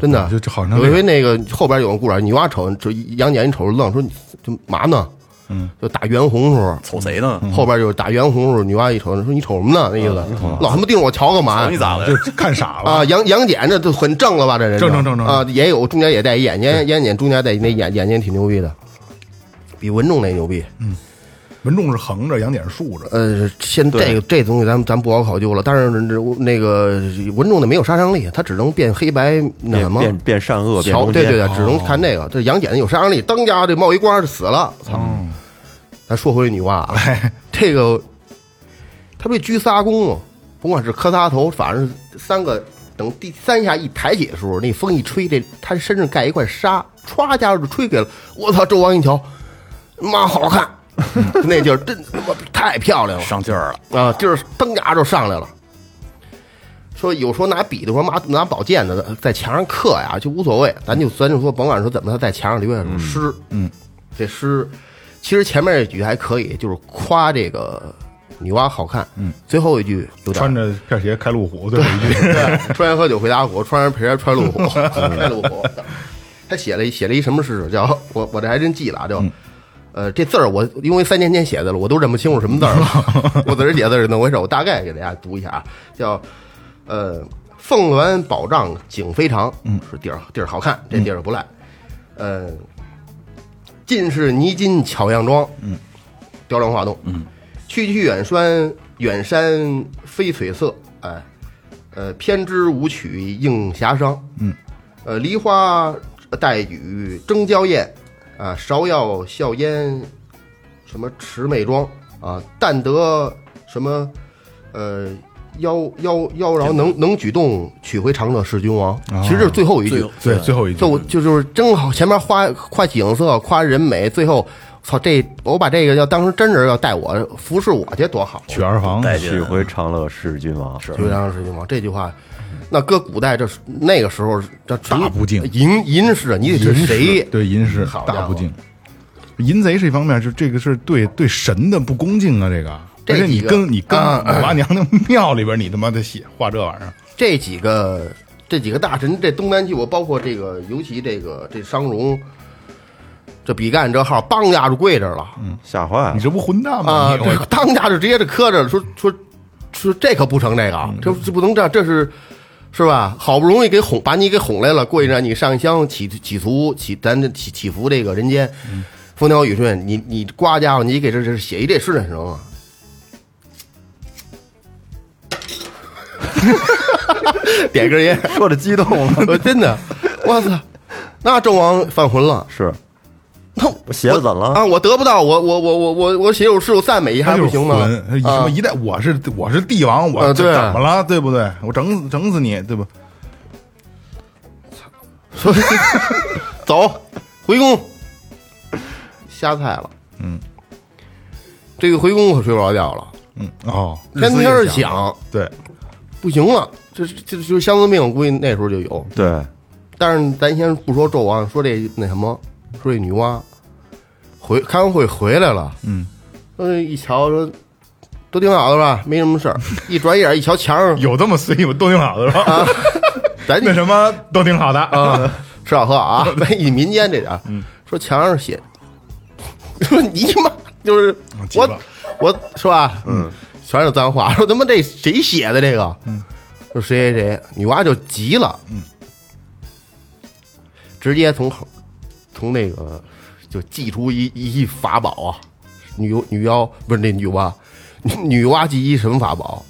Speaker 2: 真的。
Speaker 1: 就就好像
Speaker 2: 有一回那个后边有个故事，女娲瞅人就杨戬一瞅就愣，说你这嘛呢？嗯，就打袁弘时候，
Speaker 4: 瞅谁呢？
Speaker 2: 后边就是打袁弘时候，女娲一瞅说你瞅什么呢？那意思，老他妈盯着我瞧干嘛
Speaker 4: 瞅你
Speaker 2: 呀？
Speaker 4: 咋的？
Speaker 1: 啊就看傻了，
Speaker 2: 啊，杨杨戬这都很正了吧？这人就
Speaker 1: 正正正正
Speaker 2: 啊，也有中间也戴一眼睛，杨戬中间戴那眼眼睛挺牛逼的，比文仲那牛逼。
Speaker 1: 文仲是横着，杨戬是竖着，
Speaker 2: 呃，现这个这东西咱们咱不好考究了，但是这那个文仲的没有杀伤力，他只能变黑白那什
Speaker 3: 变
Speaker 2: 么
Speaker 3: 变变善恶，变
Speaker 2: 瞧，
Speaker 3: 中
Speaker 2: 对
Speaker 3: 间，
Speaker 2: 对对，只能看这个。这杨戬有杀伤力，当家这冒一光就死了，操！ 咱说回女娲啊，这个她被拘仨宫嘛，甭管是磕仨头，反正三个等第三下一抬起的时候，那风一吹，这他身上盖一块纱，歘家伙就吹开了。我操！纣王一瞧，妈好看， 那劲儿真他妈太
Speaker 1: 嗯
Speaker 2: 漂亮了。
Speaker 4: 上劲儿了，
Speaker 2: 啊，就是噔家就上来了。说有说拿笔的，说拿拿宝剑的，在墙上刻呀，就无所谓，咱就咱就说甭管说怎么，他在墙上留下首诗，嗯，这诗其实前面这句还可以，就是夸这个女娲好看，嗯，最后一句有点
Speaker 1: 穿着片鞋开路虎，最后一句，
Speaker 2: 对，穿山喝酒回打虎，穿山陪人穿路虎， 开路虎。他写了一写了一什么诗，叫我我这还真记了啊，叫、呃这字儿我因为三年前写的了，我都认不清楚什么字儿 了，我在这写字儿是怎么回事？我大概给大家读一下啊，叫呃凤鸾宝帐景非常，嗯，是地儿地儿好看，这地儿不赖，呃尽是泥金巧样妆，嗯，雕梁画栋，嗯，去去远山远山非璀璨，哎。呃，偏知舞曲映霞裳，嗯，呃，梨花带雨争娇艳，啊，芍药笑烟，什么池媚妆，啊，但得什么，呃，妖妖妖娆能能举动，取回长乐是君王。其实这是最后一句，
Speaker 1: 对，最后一句
Speaker 2: 就，就就是真好，前面夸夸景色，夸人美，最后操这，我把这个要当成真人要带我服侍我去多好，啊
Speaker 1: 取二房，
Speaker 4: 带劲
Speaker 3: 取。回长乐是君王，是
Speaker 2: 就像是君王这句话，那搁古代这是那个时候这
Speaker 1: 大不敬
Speaker 2: 银银饰，啊你得
Speaker 1: 银
Speaker 2: 是
Speaker 1: 饰
Speaker 2: 谁？
Speaker 1: 对银饰
Speaker 2: 好家伙
Speaker 1: 大不敬，淫贼是一方面，是这个是对对神的不恭敬啊，这个。
Speaker 2: 这
Speaker 1: 而且你
Speaker 2: 几个
Speaker 1: 跟你跟
Speaker 2: 啊
Speaker 1: 五八娘那庙里边，你他妈的写画这玩意儿，
Speaker 2: 这几个这几个大臣，这东南季我包括这个，尤其这个这商容，这比干这号，梆家就跪这儿了
Speaker 3: 吓坏
Speaker 1: 你
Speaker 3: 了。
Speaker 1: 这不混蛋吗？
Speaker 2: 啊！
Speaker 1: 你
Speaker 2: 这个当家就直接就磕着了，说说说这可不成，这
Speaker 1: 嗯
Speaker 2: 个这这不能这样，这是。是吧？好不容易给哄，把你给哄来了，过一阵你上香祈祈福，祈咱这祈祈福这个人间，
Speaker 1: 嗯
Speaker 2: 风调雨顺。你你瓜家伙，你给这这写一这诗怎成啊？ 点根烟，
Speaker 3: 说的激动了，
Speaker 2: 我真的，我操！那纣王犯浑 了，
Speaker 3: 是
Speaker 2: 那
Speaker 3: 我写的怎么了？
Speaker 2: 啊？我得不到，我我我我我我写首诗，我赞美一
Speaker 1: 他
Speaker 2: 下不
Speaker 1: 就是
Speaker 2: 行吗
Speaker 1: 混，？什
Speaker 2: 啊
Speaker 1: 么一代我是我是帝王，我
Speaker 2: 啊
Speaker 1: 这
Speaker 2: 对
Speaker 1: 怎么了？对不对？我整死整死你，对不？
Speaker 2: 走，回宫，瞎菜了。嗯，这个回宫可睡不着觉了，
Speaker 1: 嗯哦，
Speaker 2: 天天
Speaker 1: 日
Speaker 2: 儿
Speaker 1: 思夜
Speaker 2: 想，
Speaker 1: 对，
Speaker 2: 不行了，这是这就是相思病，我估计那时候就有。
Speaker 3: 对，
Speaker 2: 但是咱先不说纣王，说这那什么，说这女娲回开完会回来了，嗯，呃一瞧说都挺好的吧，没什么事儿。一转眼一瞧墙上
Speaker 1: 有这么随吗？都挺好的是吧？
Speaker 2: 咱
Speaker 1: 那什么都挺好的啊，
Speaker 2: 吃好喝好啊 啊，咱以民间这点儿，说墙上写， 说你妈就是
Speaker 1: 急
Speaker 2: 我
Speaker 1: 了，
Speaker 2: 我是吧？嗯，全是脏话，说 他妈这谁写的这个？嗯，说谁谁谁，女娲就急了，嗯，直接从后从那个就祭出一一一法宝啊，女女妖不是那女娲， 女娲祭一什么法宝？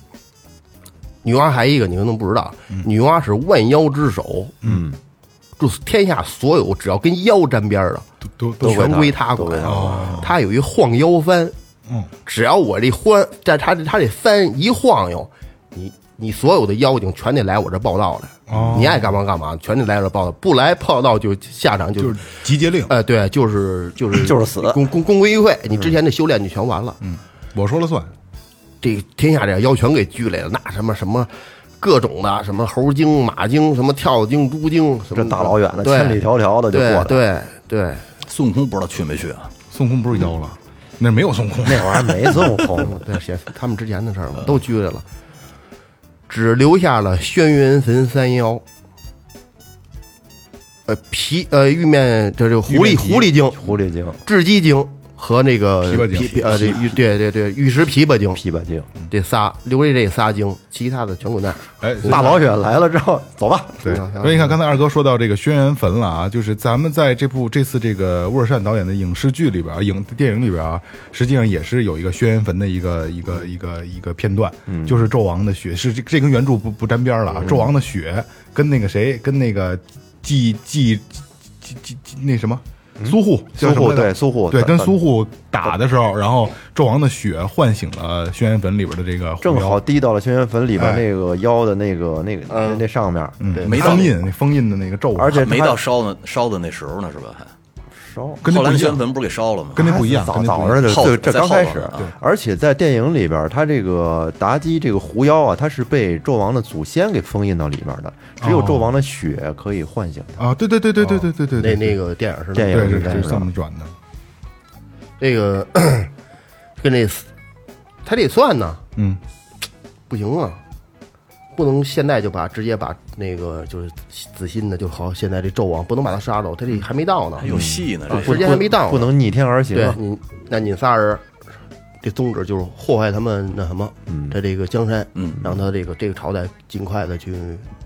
Speaker 2: 女娲还一个，你可能不知道，女娲是万妖之首，嗯，就是天下所有只要跟妖沾边儿的，
Speaker 1: 都
Speaker 2: 都
Speaker 1: 都
Speaker 2: 全归他管。哦他有一晃腰幡，嗯，只要我这欢，在他这他这幡一晃悠，你你所有的妖精全得来我这报道来。你爱干嘛干嘛，全得来我这报道，不来报道就下场就
Speaker 1: 就是集结令，
Speaker 2: 呃，对，就是就是
Speaker 3: 就是死
Speaker 2: 公公公归一会，你之前的修炼就全完了。嗯，
Speaker 1: 我说了算。
Speaker 2: 这个天下这妖全给拘来了，那什么什么各种的，什么猴精、马精、什么跳精、猪精，什么
Speaker 3: 这大老远的，
Speaker 2: 对
Speaker 3: 千里迢迢的就过
Speaker 2: 对
Speaker 3: 来。
Speaker 2: 对对，
Speaker 4: 孙悟空不知道去没去啊？
Speaker 1: 孙悟空不是妖了，那没有孙悟空，
Speaker 3: 那会儿还没孙悟空呢，
Speaker 2: 对，写他们之前的事儿嘛，都拘来了，只留下了轩辕坟三妖，呃皮呃玉面这就狐狸
Speaker 1: 皮
Speaker 2: 狐狸精、
Speaker 3: 狐狸精、
Speaker 2: 雉鸡精和那个
Speaker 1: 琵琶精
Speaker 2: 皮呃这玉对对对玉石琵琶精
Speaker 3: 琵琶精，
Speaker 2: 这仨留下这仨精，其他的全滚蛋。
Speaker 1: 哎，
Speaker 3: 大老远来了之后，走吧。
Speaker 1: 对，
Speaker 2: 嗯
Speaker 3: 啊
Speaker 1: 所以你看，刚才二哥说到这个轩辕坟了啊，就是咱们在这部这次这个沃尔善导演的影视剧里边啊，影电影里边啊，实际上也是有一个轩辕坟的一个
Speaker 3: 嗯
Speaker 1: 一个一个一个片段，就是纣王的血是这这跟原著不不沾边了啊，纣王的血跟那个谁跟那个季季季季季那什么苏护，叫
Speaker 3: 嗯
Speaker 1: 什么
Speaker 3: 苏护
Speaker 1: 来着
Speaker 3: 对苏护
Speaker 1: 对，
Speaker 3: 反
Speaker 1: 跟苏护打的时候，然后纣王的血唤醒了轩辕坟里边的这个狐
Speaker 3: 正
Speaker 1: 妖
Speaker 3: 好滴到了轩辕坟里边那个妖的那个那个那
Speaker 2: 嗯
Speaker 3: 那上面，
Speaker 1: 嗯
Speaker 4: 没到
Speaker 1: 封印那封印的那个咒文，
Speaker 3: 而且
Speaker 4: 没
Speaker 3: 他
Speaker 4: 到烧的烧的那时候呢，是吧？还
Speaker 3: 烧
Speaker 1: 跟那
Speaker 4: 后
Speaker 1: 不
Speaker 4: 来那
Speaker 1: 一
Speaker 4: 轩
Speaker 1: 样，
Speaker 4: 坟不是给烧了吗？
Speaker 1: 跟那不一样，
Speaker 3: 早
Speaker 1: 跟那不
Speaker 3: 早
Speaker 1: 一样
Speaker 3: 着的，
Speaker 4: 后
Speaker 3: 这这
Speaker 4: 在
Speaker 3: 刚
Speaker 4: 后
Speaker 3: 开
Speaker 4: 边
Speaker 3: 始
Speaker 4: 儿对，
Speaker 3: 而且在电影里边，他这个妲己这个狐妖啊，他是被纣王的祖先给封印到里边的，只有纣王的血可以唤醒他。
Speaker 1: 啊，对对对对对对对对，
Speaker 2: 那
Speaker 1: 对
Speaker 2: 哦那个电影是
Speaker 3: 电
Speaker 1: 对
Speaker 3: 影
Speaker 1: 对
Speaker 3: 是
Speaker 1: 对
Speaker 3: 样
Speaker 1: 是这
Speaker 3: 的
Speaker 1: 么转的，
Speaker 2: 这个 跟这他这算呢，
Speaker 1: 嗯，
Speaker 2: 不行啊，不能现在就把直接把那个就是子欣的就好，现在这纣王不能把他杀了，他这还没到呢
Speaker 4: 还，有哎戏呢，
Speaker 1: 嗯
Speaker 4: 这
Speaker 2: 时间还没到呢，
Speaker 3: 不能逆天而行
Speaker 2: 对
Speaker 3: 啊。
Speaker 2: 你，那你仨人这宗旨就是祸害他们那什么，他这个江山，
Speaker 4: 嗯
Speaker 2: 让他这个这个朝代尽快的去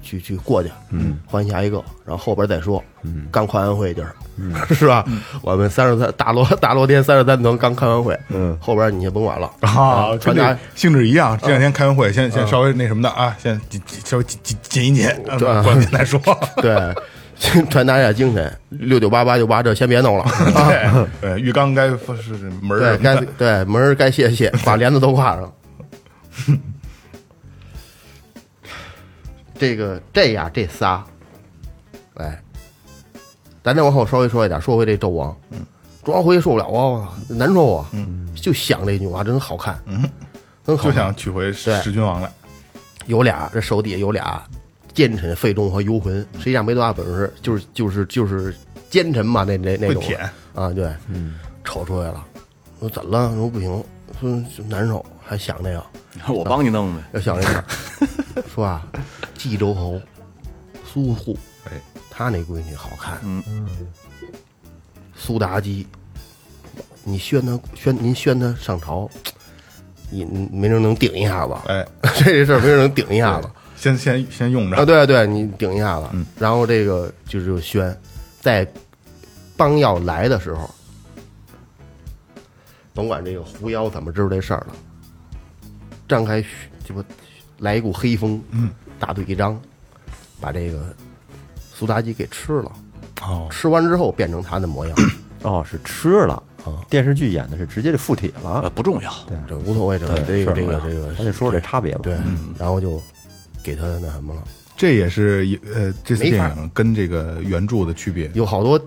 Speaker 2: 去去过去，嗯，换下一个，然后后边再说，嗯，刚开完会就是，嗯， 是吧？我们三十三大罗大罗天三十三层刚开完会，嗯，后边你先甭管了
Speaker 1: 啊，跟
Speaker 2: 传
Speaker 1: 这
Speaker 2: 达嗯
Speaker 1: 性质一样。这两天开完会，先先稍微那什么的啊，先紧紧稍微紧紧紧一紧，啊
Speaker 2: 对啊
Speaker 1: 过两天 再说。
Speaker 2: 对。传达一下精神，六九八八就八这，先别弄了。
Speaker 1: 对，呃浴缸该是是门儿
Speaker 2: 对
Speaker 1: 什么
Speaker 2: 该
Speaker 1: 的
Speaker 2: 对门儿该卸卸，把帘子都挂上。这个这呀，这仨，哎，咱再往后稍微说一点，说回这纣王，
Speaker 1: 嗯
Speaker 2: 纣王回去受不了啊，难受啊，就想这女娃真好看，真
Speaker 1: 嗯
Speaker 2: 好
Speaker 1: 就
Speaker 2: 看，
Speaker 1: 想娶回
Speaker 2: 对
Speaker 1: 十君王来。
Speaker 2: 有俩这手底下有俩奸臣费仲和尤浑，实际上没多大本事，就是就是就是奸臣嘛，那那那
Speaker 1: 会
Speaker 2: 种
Speaker 1: 舔
Speaker 2: 啊，对，嗯，瞅出来了，我说怎么了？我说不行，说难受，还想那个，
Speaker 4: 我帮你弄呗。
Speaker 2: 要想这个，说啊，冀州侯苏护，
Speaker 1: 哎，
Speaker 2: 他那闺女好看，
Speaker 4: 嗯
Speaker 2: 苏妲己，你宣他宣您宣他上朝，你你没人能顶一下子，
Speaker 1: 哎，
Speaker 2: 这事儿没人能顶一下子。
Speaker 1: 先先先用
Speaker 2: 啊，
Speaker 1: 着，嗯
Speaker 2: 对对，你顶一下子。然后这个就是宣，在邦要来的时候，甭管这个狐妖怎么知道这事儿了，张开虚这不来一股黑风，
Speaker 1: 嗯
Speaker 2: 大腿一张，把这个苏妲己给吃了。
Speaker 1: 哦，
Speaker 2: 吃完之后变成他的模样，
Speaker 3: 哦，是吃了。
Speaker 2: 啊
Speaker 3: 电视剧演的是直接就附体
Speaker 4: 呃，
Speaker 3: 了，呃
Speaker 4: 不重要，
Speaker 2: 这无所谓，这个这个啊这个这
Speaker 3: 咱
Speaker 2: 个，
Speaker 3: 得说说这差别吧。
Speaker 2: 对，
Speaker 1: 嗯
Speaker 2: 然后就给他那什么了。
Speaker 1: 这也是一呃这次
Speaker 2: 没
Speaker 1: 电
Speaker 2: 法
Speaker 1: 影跟这个原著的区别。
Speaker 2: 有好多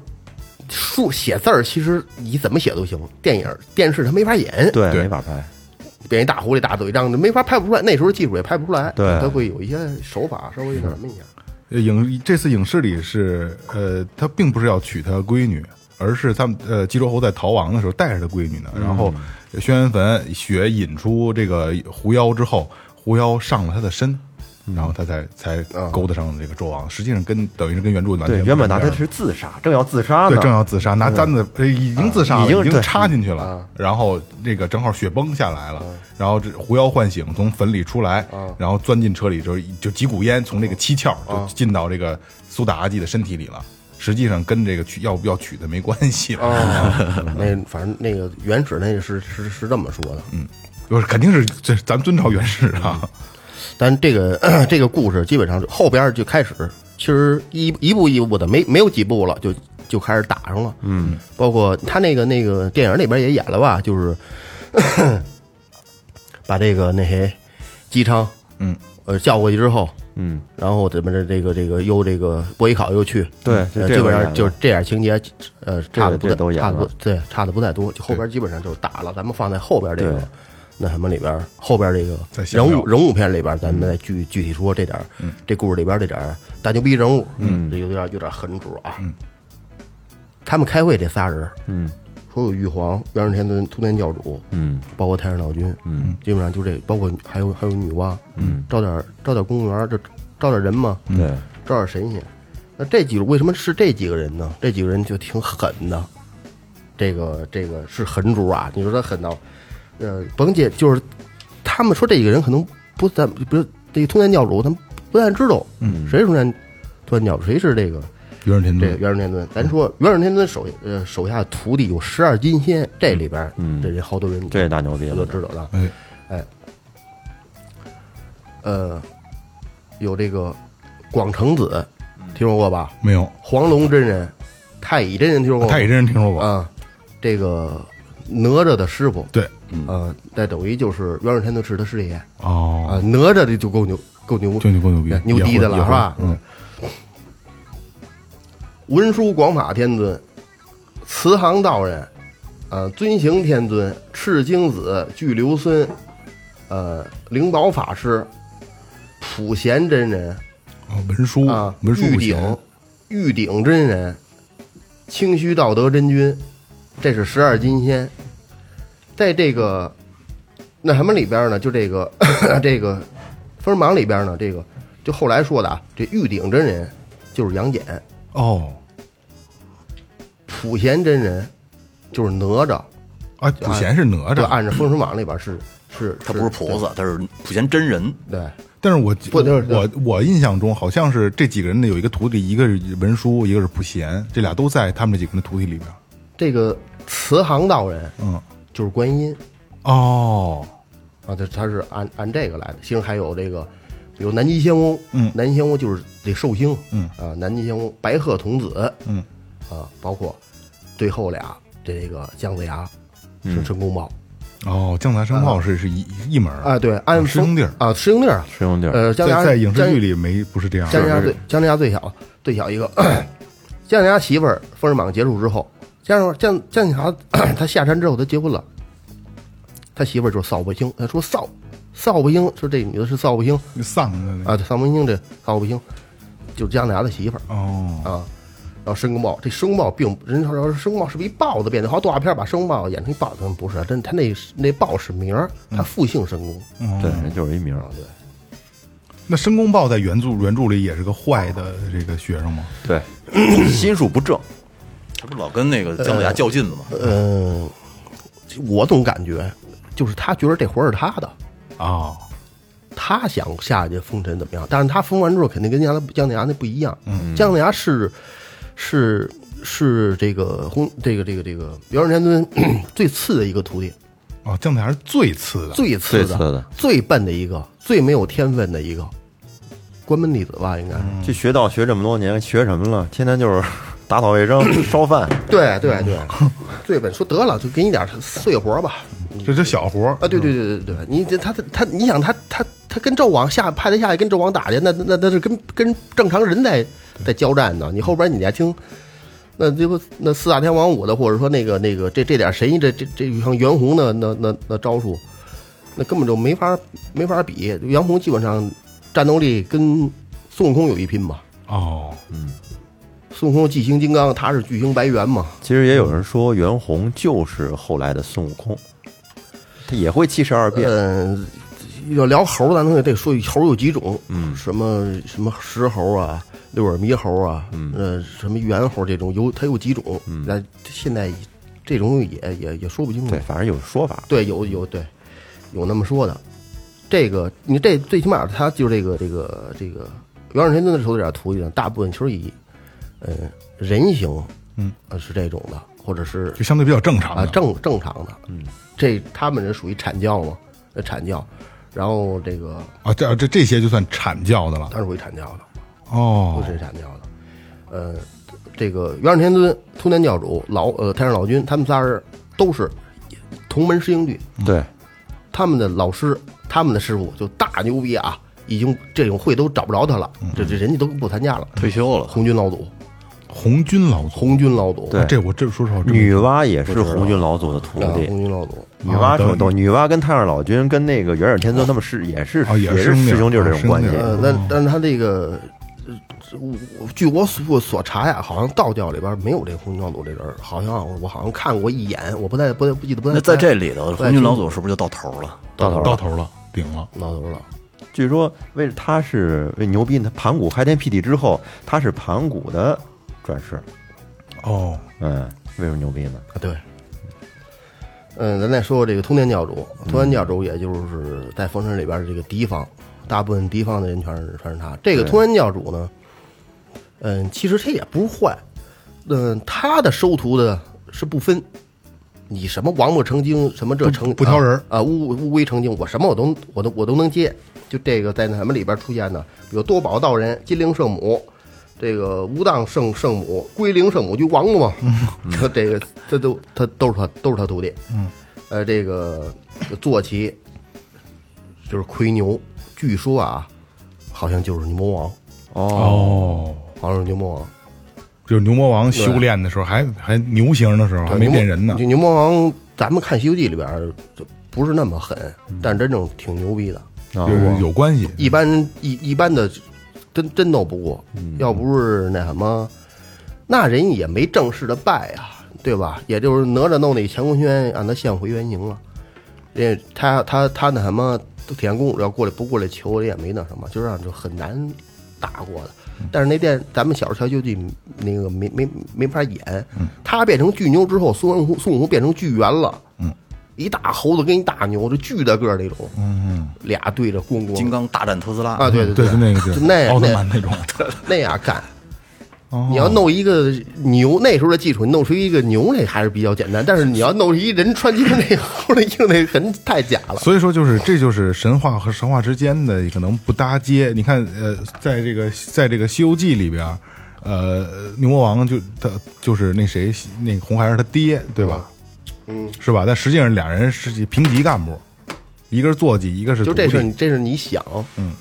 Speaker 2: 书写字儿，其实你怎么写都行，电影儿、电视它没法演，
Speaker 3: 对，
Speaker 1: 对
Speaker 3: 没法拍。
Speaker 2: 变一大狐狸、大嘴张，没法拍不出来。那时候技术也拍不出来，
Speaker 3: 对
Speaker 2: 它会有一些手法稍微有点那么一下。
Speaker 1: 呃影这次影视里是呃，他并不是要娶他闺女，而是他们呃，姬州侯在逃亡的时候带着他闺女呢。然
Speaker 3: 嗯
Speaker 1: 后轩辕坟血引出这个狐妖之后，狐妖上了他的身，
Speaker 3: 嗯
Speaker 1: 然后他才才勾搭上这个纣王。实际上跟等于是跟原著完全
Speaker 3: 对，
Speaker 1: 不
Speaker 3: 原本
Speaker 1: 一
Speaker 3: 拿
Speaker 1: 样
Speaker 3: 他是自杀，正要自杀
Speaker 1: 对正
Speaker 3: 呢，
Speaker 1: 要自杀，
Speaker 2: 嗯
Speaker 1: 拿簪子呃已经自
Speaker 2: 啊
Speaker 1: 杀了，
Speaker 3: 已经
Speaker 1: 已经
Speaker 3: 对
Speaker 1: 插进去了。然后这个正好血崩下来了，
Speaker 2: 嗯
Speaker 1: 然后这狐妖唤醒，从坟里出来，然后钻进车里，就是就几股烟从这个七窍就进到这个苏妲己的身体里了。
Speaker 2: 嗯
Speaker 1: 实际上跟这个娶要不要娶的没关系了，
Speaker 2: 哦，那反正那个原始那个是是是这么说的，
Speaker 1: 就是肯定是这咱们遵照原始
Speaker 2: 嗯
Speaker 1: 啊，
Speaker 2: 但这个 这个故事基本上就后边儿就开始，其实一一步一步的，没没有几步了，就就开始打上了。嗯，包括他那个那个电影里边也演了吧，就是 把这个那谁姬昌，
Speaker 1: 嗯，
Speaker 2: 呃叫过去之后，
Speaker 3: 嗯，
Speaker 2: 然后怎么着这个这个又这个伯邑考又去，
Speaker 3: 对就这
Speaker 2: 呃基
Speaker 3: 回
Speaker 2: 本
Speaker 3: 演
Speaker 2: 上
Speaker 3: 了
Speaker 2: 就是这点情节，呃，
Speaker 3: 这
Speaker 2: 差的不
Speaker 3: 这
Speaker 2: 太
Speaker 3: 都演
Speaker 2: 差的不
Speaker 3: 了
Speaker 2: 对，差的不太多，就后边基本上就是打了，咱们放在后边这
Speaker 3: 对
Speaker 2: 个。那什么里边儿，后边这个
Speaker 1: 再详
Speaker 2: 人
Speaker 1: 聊
Speaker 2: 物人物片里边儿，咱们再具具体说这点儿，这故事里边儿这点儿大牛逼人物，嗯，这有点有点狠主啊。他们开会这仨人，嗯，说有玉皇、元始天尊、通天教主，嗯，包括太上老君，嗯，基本上就这，包括还有还有女娲，嗯，招点招点公务员儿，这招点人嘛，
Speaker 3: 对，
Speaker 2: 招点神仙。那这几个为什么是这几个人呢？这几个人就挺狠的，这个这个是狠主啊！你说他狠到，呃，甭介，就是他们说这几个人可能不咱比如这个通天教主，他们不太知道，嗯，谁是通天通天教主，谁是这个
Speaker 1: 原始天
Speaker 2: 这个元始天尊。咱说元始天尊手呃手下徒弟有十二金仙，这里边这人好多人
Speaker 3: 这大牛逼
Speaker 2: 我就
Speaker 3: 了。
Speaker 2: 知道了。
Speaker 1: 哎，
Speaker 2: 哎，呃，有这个广成子，听说过吧？
Speaker 1: 没有
Speaker 2: 黄龙真人，太乙真人听说过吗？
Speaker 1: 太乙真人听说过，
Speaker 2: 哦啊，这个哪吒的师傅，
Speaker 1: 对，
Speaker 2: 呃，那等于就是袁世天的是他师爷啊
Speaker 1: 哦，，
Speaker 2: 哪吒这就够牛，够牛，
Speaker 1: 就牛够牛逼，
Speaker 2: 牛逼的了
Speaker 1: 也会
Speaker 2: 是吧？
Speaker 1: 也会嗯，
Speaker 2: 文殊广法天尊、慈航道人、呃尊行天尊、赤精子、巨留孙、呃灵宝法师、普贤真人
Speaker 1: 哦文书
Speaker 2: 啊、
Speaker 1: 文书
Speaker 2: 玉
Speaker 1: 不行
Speaker 2: 鼎玉鼎真人、清虚道德真君，这是十二金仙。在这个那什么里边呢，就这个这个分榜里边呢，这个就后来说的啊，这玉鼎真人就是杨戬。
Speaker 1: 哦，
Speaker 2: 普贤真人就是哪吒，
Speaker 1: 啊，普贤是哪
Speaker 2: 就
Speaker 1: 吒，
Speaker 2: 按照《封神榜》里边是是，
Speaker 4: 他不是菩萨，他是普贤真人。
Speaker 2: 对，
Speaker 1: 但是我
Speaker 2: 不就是
Speaker 1: 我我印象中好像是这几个人的有一个徒弟，一个是文殊，一个是普贤，这俩都在他们这几个人的徒弟里边。
Speaker 2: 这个慈航道人
Speaker 1: 嗯，
Speaker 2: 就是观音
Speaker 1: 哦，
Speaker 2: 啊，他他是按按这个来的。其实还有这个有南极仙翁，
Speaker 1: 嗯
Speaker 2: 南极仙翁就是这寿星，
Speaker 1: 嗯
Speaker 2: 啊，南极仙翁白鹤童子，
Speaker 1: 嗯
Speaker 2: 啊，包括最后俩这个姜子牙
Speaker 1: 嗯
Speaker 2: 是申公豹
Speaker 1: 哦，姜子牙申豹是是一一门儿
Speaker 2: 啊，对，按
Speaker 1: 师兄弟儿
Speaker 2: 封啊师兄弟儿啊，
Speaker 3: 师兄弟儿，
Speaker 2: 呃，姜子牙
Speaker 1: 在在影视
Speaker 2: 姜
Speaker 1: 剧里没不是这样
Speaker 2: 姜子牙
Speaker 1: 的，
Speaker 2: 最姜子牙最小最小一个，姜子牙媳妇儿封神榜结束之后，姜子牙姜姜子 牙他下山之后他结婚了，他媳妇儿就是扫把星，他说扫扫把星，说这女的是扫把星
Speaker 1: 丧的那个
Speaker 2: 啊，对扫把星这扫把星就是姜子牙的媳妇儿
Speaker 1: 哦，
Speaker 2: 啊。然后申公豹，这申公豹并不人家说申公豹是不是一豹子变的，好像动画片把申公豹演成一豹子，不是，真他那那豹是名儿，
Speaker 1: 嗯
Speaker 2: 他复姓申公
Speaker 3: 对，
Speaker 2: 嗯
Speaker 3: 人就是一名儿，
Speaker 1: 那申公豹在原著原著里也是个坏的这个学生吗？
Speaker 3: 对， 心术不正，
Speaker 4: 他不是老跟那个姜子牙较劲的吗？
Speaker 2: 嗯、我总感觉就是他觉得这活儿是他的，
Speaker 1: 哦，
Speaker 2: 他想下去封神怎么样？但是他封完之后，肯定跟姜子姜子牙那不一样。
Speaker 3: 嗯
Speaker 2: 姜子牙是是是这个轰这个这个这个袁世天尊咳 最次的一个徒弟，
Speaker 1: 哦，姜子牙是最次的，
Speaker 2: 最次的、
Speaker 3: 最次的
Speaker 2: 最笨的一个，最没有天分的一个关门弟子吧，应该是。
Speaker 3: 这学道学这么多年，学什么了？天天就是打扫卫 生、烧饭，
Speaker 2: 对对对， 最笨。说得了，就给你点碎活吧。
Speaker 1: 这这小活儿
Speaker 2: 啊，对对对对对，你这他他他，你想他他他跟纣王下派他下去跟纣王打去，那那那那是跟跟正常人在在交战呢。你后边你还听，那这不那四大天王五的，或者说那个那个这这点谁这这这像袁弘的那那那招数，那根本就没法没法比。袁弘基本上战斗力跟孙悟空有一拼吧。
Speaker 1: 哦，
Speaker 2: 孙悟空巨星金刚，他是巨星白猿嘛，
Speaker 3: 其实也有人说袁弘就是后来的孙悟空，他也会七十二变。
Speaker 2: 嗯，要聊猴儿，咱能得说猴儿有几种，嗯，什么什么石猴啊，六耳猕猴啊，嗯，呃，什么猿猴这种有，它有几种，嗯，那现在这种也也也说不清楚
Speaker 3: 对，，反正有说法。
Speaker 2: 对，有有对，有那么说的。这个你这最起码他就这个这个这个袁世天尊的手底下徒弟呢，大部分就是以呃人形，嗯，是这种的，或者是
Speaker 1: 就相对比较正常
Speaker 2: 啊，
Speaker 1: 的，
Speaker 2: 正正常的，嗯，这他们这属于阐教嘛，呃，阐教，然后这个
Speaker 1: 啊，这这这些就算阐教的了
Speaker 2: 当然属于阐教的，
Speaker 1: 哦
Speaker 2: 都，是阐教的，呃，这个元始天尊、通天教主、老呃太上老君，他们仨人都是同门师兄弟，
Speaker 3: 对，
Speaker 2: 他们的老师、他们的师傅就大牛逼啊，已经这种会都找不着他了，这这人家都不参加了，
Speaker 4: 退休了，
Speaker 2: 红军老祖，
Speaker 1: 红军老祖，
Speaker 2: 红军老祖，
Speaker 3: 对
Speaker 1: 啊这我这说实话，我真
Speaker 3: 女娲也是红军老祖的徒
Speaker 2: 啊，
Speaker 3: 弟。
Speaker 2: 红军老祖，
Speaker 3: 女娲说逗，啊女娲跟太上老君跟那个元始天尊他们是也是
Speaker 1: 哦也是
Speaker 3: 是
Speaker 1: 兄弟
Speaker 3: 师兄弟儿这种关系
Speaker 4: 嗯
Speaker 1: 哦。是兄弟
Speaker 2: 呃，但但他这个，呃我我据我所所查呀，好像道教里边没有这红军老祖这人儿，好像我好像看过一眼，我不太不太不记得不太。
Speaker 4: 那在这里头，
Speaker 2: 不太
Speaker 4: 红军老祖是不是就到头了？
Speaker 3: 到头
Speaker 1: 到
Speaker 3: 了，
Speaker 1: 头了，顶了，
Speaker 2: 老头了，啊
Speaker 3: 据说为他是为牛逼，他盘古开天辟地之后，他是盘古的转世。
Speaker 1: 哦，
Speaker 3: 嗯，为什么牛逼呢？
Speaker 2: 啊对。嗯，咱再说说这个通天教主，通天教主也就是在封神里边这个敌方，大部分敌方的人全是全是他。这个通天教主呢，嗯，其实他也不是坏，嗯，他的收徒的是不分，你什么王八成精，什么这成
Speaker 1: 不挑人儿
Speaker 2: 啊，乌乌龟成精，我什么我都我都我都能接。就这个在那什么里边出现的，有多宝道人、金陵圣母、这个无当圣圣母、归灵圣母就王 八嘛，这这个这都他都是他都是他徒弟。嗯，呃，这个坐骑就是夔牛，据说啊，好像就是牛魔王，
Speaker 1: 哦，
Speaker 2: 好像是牛魔王。
Speaker 1: 就是牛魔王修炼的时候，还还牛形的时候，还
Speaker 2: 对
Speaker 1: 没
Speaker 2: 牛魔
Speaker 1: 变人呢
Speaker 2: 就。牛魔王，咱们看《西游记》里边儿就不是那么狠，但是真正挺牛逼的。
Speaker 1: 哦
Speaker 3: 哦
Speaker 1: 就是有关系，
Speaker 2: 一般一一般的真真斗不过，要不是那什么，那人也没正式的拜呀、对吧？也就是哪吒弄那乾坤圈，让他现回原形了。人家他他他那什么，铁扇公主要过来不过来求，人也没那什么，就让就很难打过的。但是那电咱们小时候瞧《西游记》那个没没没法演，他变成巨牛之后，孙悟空孙悟空变成巨猿了，嗯，一大猴子跟一大牛，就巨大个儿那种，嗯，俩对着咣咣
Speaker 4: 金刚大战特斯拉
Speaker 2: 啊，对对
Speaker 1: 对，就那个就是
Speaker 2: 就那
Speaker 1: 奥特
Speaker 2: 那
Speaker 1: 曼 那种。
Speaker 2: 那样干。你要弄一个牛，那时候的技术，你弄出一个牛那还是比较简单。但是你要弄一人穿一个那猴那衣服，那很太假了。
Speaker 1: 所以说，就是这就是神话和神话之间的可能不搭接。你看，呃，在这个在这个《西游记》里边，呃，牛魔王就他就是那谁，那个红孩儿他爹，对吧？嗯，是吧？但实际上俩人是平级干部，一个是坐骑，一个是
Speaker 2: 就这
Speaker 1: 徒弟
Speaker 2: 事儿，你这是你想，嗯，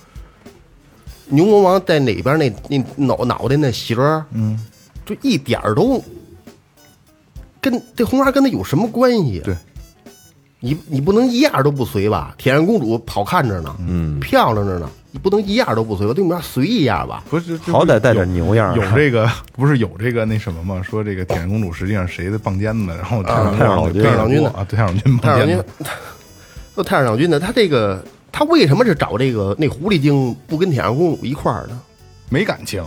Speaker 2: 牛魔王在哪边那那脑脑袋那形儿，嗯，就一点儿都跟这红花跟他有什么关系？
Speaker 1: 对，
Speaker 2: 你你不能一样都不随吧？铁扇公主好看着呢，嗯，漂亮着呢，你不能一样都不随吧？对面随一样吧？
Speaker 1: 不是，这
Speaker 3: 好歹带
Speaker 1: 有
Speaker 3: 点牛样儿
Speaker 1: 有这个不是有这个那什么吗？说这个铁扇公主实际上谁的棒尖子，然后太
Speaker 3: 太上老君
Speaker 1: 太上老
Speaker 2: 太上老君的
Speaker 1: 啊，对太上老君
Speaker 2: 太
Speaker 1: 棒
Speaker 2: 上
Speaker 1: 尖
Speaker 2: 军
Speaker 1: 子，，
Speaker 2: 那太上军呢？他这个他为什么是找这个那狐狸精不跟铁扇公主一块儿呢？
Speaker 1: 没感情，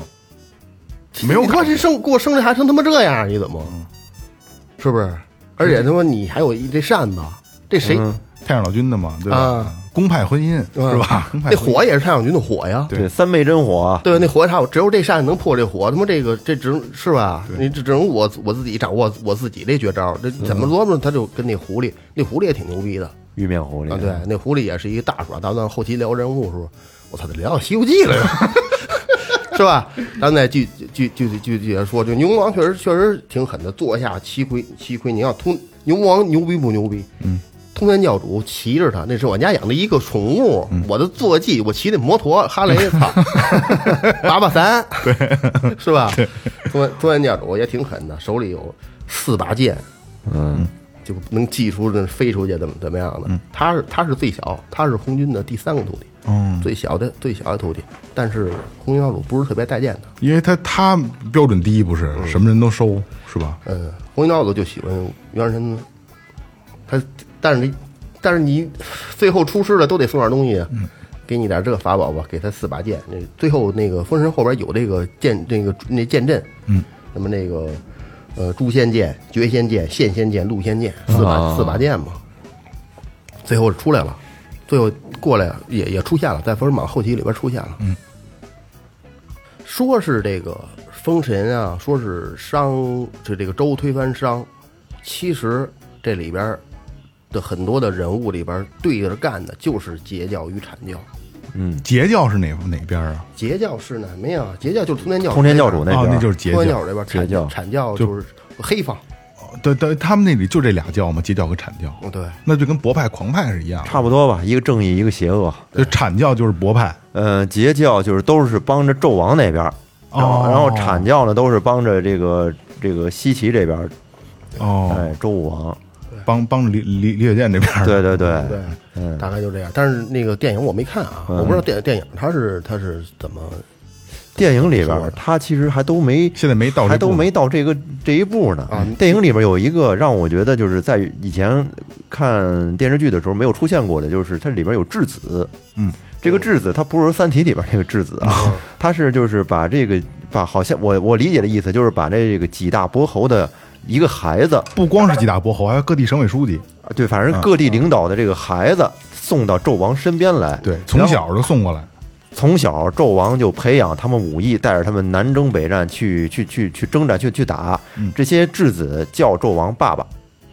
Speaker 1: 没有
Speaker 2: 你他
Speaker 1: 感
Speaker 2: 妈
Speaker 1: 情
Speaker 2: 这生给我生这孩子成他妈这样，你怎么？是不是？而且他妈你还有一这扇子，这谁？
Speaker 1: 太上老君的嘛，对吧
Speaker 2: 啊？
Speaker 1: 公派婚姻
Speaker 2: 啊
Speaker 1: 是吧？公派
Speaker 2: 那
Speaker 1: 婚姻
Speaker 2: 火也是太上军的火呀。
Speaker 1: 对
Speaker 3: 对三昧真火，啊
Speaker 2: 对吧？那火它只有这扇子能破这火，他妈这个这只能是吧？你这只能我我自己掌握我自己这绝招，这怎么琢磨他就跟那狐狸，那狐狸也挺牛逼的
Speaker 3: 玉面狐狸
Speaker 2: 啊。对，，那狐狸也是一个大耍，咱们后期聊人物的时候，我操，得聊到《西游记》了又。 是吧？咱们再继继继继继续说，就牛魔王确实确实挺狠的，坐下七魁七魁，你要通牛魔王牛逼不牛逼？嗯，通天教主骑着他，那是我家养的一个宠物，我的坐骑，我骑那摩托哈 雷，操，八八三，对，是吧？通天通天教主也挺狠的，手里有四把剑，嗯。就能记出那飞出去怎么怎么样的，他是他是最小，他是红军的第三个徒弟，
Speaker 1: 嗯，
Speaker 2: 最小的最小的徒弟，但是红军教主不是特别待见他。
Speaker 1: 因为他他标准低不
Speaker 3: 嗯
Speaker 1: 是什么人都收是吧？
Speaker 2: 嗯，红军教主就喜欢袁神尊，他但是但是你最后出师了都得送点东西，啊给你点这个法宝吧，给他四把剑。那最后那个封神后边有这个剑，那个那剑阵，嗯，那么那个呃诛仙剑、绝仙剑、现仙剑、陆仙剑四把、四把剑嘛，最后出来了，最后过来也也出现了，在封神榜后期里边出现了，嗯。说是这个封神啊，说是商，这这个周推翻商，其实这里边的很多的人物里边对着干的就是截教与阐教。
Speaker 3: 嗯
Speaker 1: 截教是哪哪边啊？
Speaker 2: 截教是哪么呀？截教就是通天教，
Speaker 3: 通天教主那
Speaker 1: 啊，
Speaker 3: 边
Speaker 1: 那
Speaker 3: 儿
Speaker 1: 就是截
Speaker 2: 通天
Speaker 1: 教
Speaker 2: 教。主这边，
Speaker 3: 截
Speaker 2: 阐
Speaker 3: 教
Speaker 2: 阐教就是黑方。
Speaker 1: 对对，他们那里就这俩教嘛，截教和阐教，
Speaker 2: 嗯，对，
Speaker 1: 那就跟博派、狂派是一样的。
Speaker 3: 差不多吧，一个正义，一个邪恶。
Speaker 1: 就阐教就是博派，
Speaker 3: 呃，截教就是都是帮着纣王那边儿，然后、
Speaker 1: 哦
Speaker 3: 然后阐教呢都是帮着这个这个西岐这边儿，
Speaker 1: 哦，
Speaker 3: 哎，周武王，
Speaker 1: 帮帮着李李李雪健这边儿
Speaker 3: 对对对，
Speaker 2: 对，
Speaker 1: 嗯
Speaker 2: 大概就这样。但是那个电影我没看啊，我不知道电电影它是它是怎么
Speaker 3: 电影里边
Speaker 2: 是
Speaker 3: 儿
Speaker 2: 的
Speaker 3: 他其实还都没
Speaker 1: 现在没到这
Speaker 3: 还都
Speaker 1: 步
Speaker 3: 没到这个这一步呢。
Speaker 2: 啊
Speaker 3: 电影里边有一个让我觉得就是在以前看电视剧的时候没有出现过的，就是它里边有质子。
Speaker 1: 嗯，
Speaker 3: 这个质子它不是《三体》里边那个质子啊，它是就是把这个把好像我我理解的意思就是把这个几大伯侯的一个孩子，
Speaker 1: 不光是几大伯侯，还有各地省委书记，
Speaker 3: 对，反正各
Speaker 1: 啊
Speaker 3: 地领导的这个孩子送到纣王身边来。
Speaker 1: 对，从小就送过来。
Speaker 3: 从小，纣王就培养他们武艺，带着他们南
Speaker 1: 嗯
Speaker 3: 征北战去去去去征战去去打。这些质子叫纣王爸爸，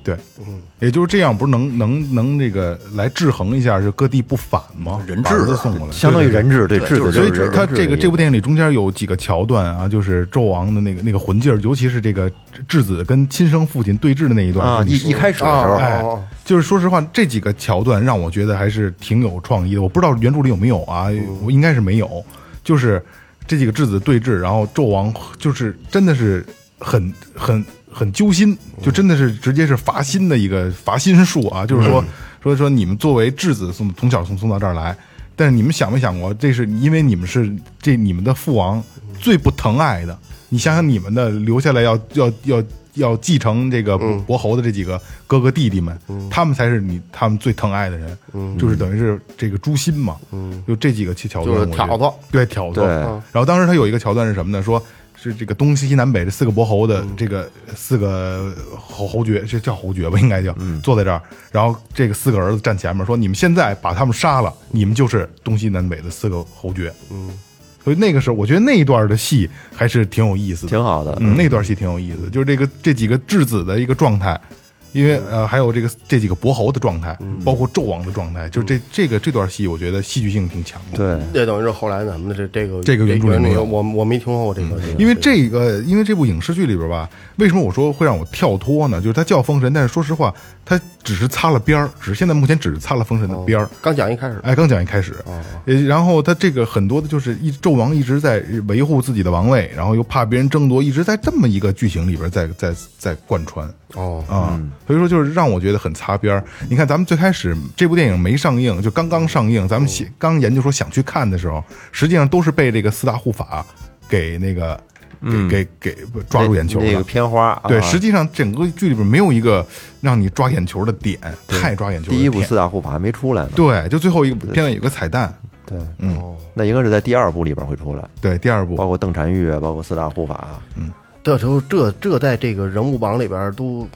Speaker 1: 对，
Speaker 4: 嗯
Speaker 1: 也就是这样，不是能能能这个来制衡一下，就各地不反吗？
Speaker 4: 人
Speaker 1: 把
Speaker 4: 质
Speaker 1: 儿子
Speaker 4: 的
Speaker 1: 送过来，
Speaker 3: 相当于
Speaker 1: 对对
Speaker 3: 人质，对
Speaker 4: 对
Speaker 3: 质子
Speaker 1: 所以
Speaker 3: 是人质。
Speaker 1: 他这个这部电
Speaker 3: 电
Speaker 1: 影里中间有几个桥段啊，就是纣王的那个那个魂劲儿，尤其是这个质子跟亲生父亲对峙的那一段
Speaker 3: 啊，
Speaker 1: 是你
Speaker 3: 一一开始的时候，
Speaker 1: 哎，就是说实话，这几个桥段让我觉得还是挺有创意的。我不知道原著里有没有啊，我应该是没有。就是这几个质子对峙，然后纣王就是真的是很很很揪心，就真的是直接是罚心的一个罚心术啊，就是说、说说你们作为质子送从小送送到这儿来，但是你们想没想过，这是因为你们是这你们的父王最不疼爱的。你想想你们的留下来要要要要继承这
Speaker 2: 嗯
Speaker 1: 个伯侯的这几个哥哥弟弟们，他们才是你他们最疼爱的人，就是等于是这个诛心嘛。就这几个桥段，
Speaker 2: 嗯就是
Speaker 1: 我觉得
Speaker 2: 挑嗯唆
Speaker 1: 对挑
Speaker 3: 对
Speaker 1: 唆。然后当时他有一个桥段是什么呢？说是这个东西南北这四个伯侯的
Speaker 2: 嗯
Speaker 1: 这个四个侯侯爵，这叫侯爵吧，应该叫坐在这儿。然后这个四个儿子站前面说：“你们现在把他们杀了，你们就是东西南北的四个侯爵。”嗯，所以那个时候，我觉得那一段的戏还是挺有意思的，
Speaker 3: 挺好的。
Speaker 1: 嗯，那段戏挺有意思，就是这个这几个质子的一个状态，因为呃还有这个这几个伯侯的状态，包括纣王的状态，就是这这个这段戏，我觉得戏剧性挺强的。
Speaker 3: 对，
Speaker 2: 这等于是后来咱们的这这个
Speaker 1: 这个原著里没有嗯
Speaker 2: 我我没听说过这个，这个
Speaker 1: 因为这个，因为这部影视剧里边吧，为什么我说会让我跳脱呢？就是它叫《封神》，但是说实话，它只是擦了边儿，只是现在目前只是擦了《封神》的边儿。
Speaker 2: 刚讲一开始，哦
Speaker 1: 哎，刚讲一开始，呃，然后他这个很多的就是一纣王一直在维护自己的王位，然后又怕别人争夺，一直在这么一个剧情里边在在在贯穿。
Speaker 2: 哦，
Speaker 1: 啊，
Speaker 3: 嗯
Speaker 1: 所以说就是让我觉得很擦边儿。你看，咱们最开始这部电影没上映，就刚刚上映，咱们
Speaker 3: 哦
Speaker 1: 写刚研究说想去看的时候，实际上都是被这个四大护法给那个给给给抓住眼球
Speaker 3: 嗯那个
Speaker 1: 了。
Speaker 3: 片花啊，
Speaker 1: 对，实际上整个剧里边没有一个让你抓眼球的点，太抓眼球了。
Speaker 3: 第一部四大护法还没出来呢，
Speaker 1: 对，就最后一个片尾有个彩蛋，
Speaker 3: 对，
Speaker 1: 嗯，
Speaker 3: 那应该是在第二部里边会出来，
Speaker 1: 对，第二部
Speaker 3: 包括邓婵玉，啊包括四大护法，啊
Speaker 2: 这时候这这在这个人物榜里边都，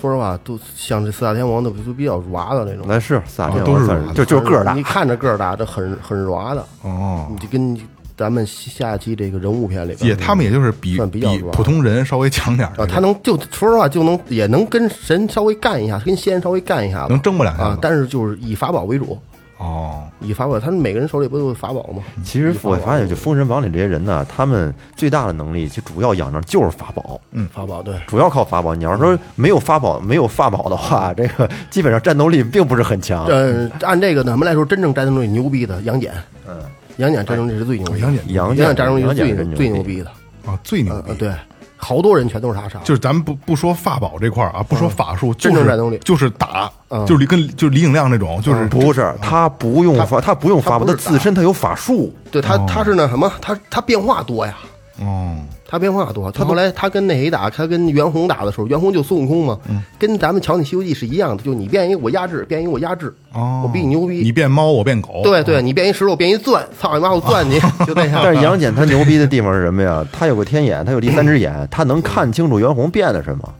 Speaker 2: 说实话都像这四大天王的都比较软的那种，
Speaker 3: 那是四大天
Speaker 1: 啊都
Speaker 3: 王
Speaker 1: 是
Speaker 3: 算
Speaker 1: 软的
Speaker 3: 就就是个儿大
Speaker 2: 你，看着个儿大，这很很软的，
Speaker 1: 哦
Speaker 2: 你，就跟咱们下期这个人物片里边
Speaker 1: 也他们也就是比
Speaker 2: 算比较
Speaker 1: 比
Speaker 2: 软
Speaker 1: 普通人稍微强点儿
Speaker 2: 啊，
Speaker 1: 的，
Speaker 2: 他能就说实话就能也能跟神稍微干一下，跟仙稍微干一下子，
Speaker 1: 能争吧两下
Speaker 2: 啊
Speaker 1: 子，。
Speaker 2: 但是就是以法宝为主，
Speaker 1: 哦，
Speaker 2: 以法宝，他们每个人手里不都有法宝吗？
Speaker 3: 其实我发现，就《封神榜》里这些人呢，他们最大的能力，其实主要仰仗就是法宝，
Speaker 2: 法宝对，
Speaker 3: 主要靠法宝。你要是说没有法宝、没有法宝的话，这个基本上战斗力并不是很强。
Speaker 2: 呃，按这个呢，咱们来说，真正战斗力牛逼的杨戬，嗯，杨戬战斗力是最牛逼
Speaker 1: 哦
Speaker 2: 的，
Speaker 1: 杨戬
Speaker 3: 杨
Speaker 2: 杨戬
Speaker 3: 戬
Speaker 2: 战斗力是最
Speaker 3: 戬
Speaker 2: 最牛，逼的，
Speaker 1: 啊，最牛
Speaker 2: 嗯
Speaker 1: 逼
Speaker 2: 嗯，。对，好多人全都是他杀的，
Speaker 1: 就是咱们不不说法宝这块儿啊，不说法术，就
Speaker 2: 嗯真正
Speaker 1: 是
Speaker 2: 战斗力
Speaker 1: 就是打，
Speaker 2: 嗯
Speaker 1: 就是李跟就是李颖亮那种，就是
Speaker 3: 不是他不用法，他不用法宝，
Speaker 2: 他
Speaker 3: 他
Speaker 2: 不是打
Speaker 3: 自身他有法术。
Speaker 2: 对他他是那什么，他他变化多呀，
Speaker 1: 嗯，
Speaker 2: 他变化多，他后来他跟那谁打，他跟袁弘打的时候，袁弘就孙悟空嘛，跟咱们瞧你《西游记》是一样的，就你变一我压制，变一我压制，
Speaker 1: 哦，
Speaker 2: 我比你牛逼，
Speaker 1: 你变猫，我变狗，
Speaker 2: 对对，你变一石头，变一钻，操你妈，我钻你，就那样。
Speaker 3: 但是杨戬他牛逼的地方是什么呀？他有个天眼，他有第三只眼，他能看清楚袁弘变的什么，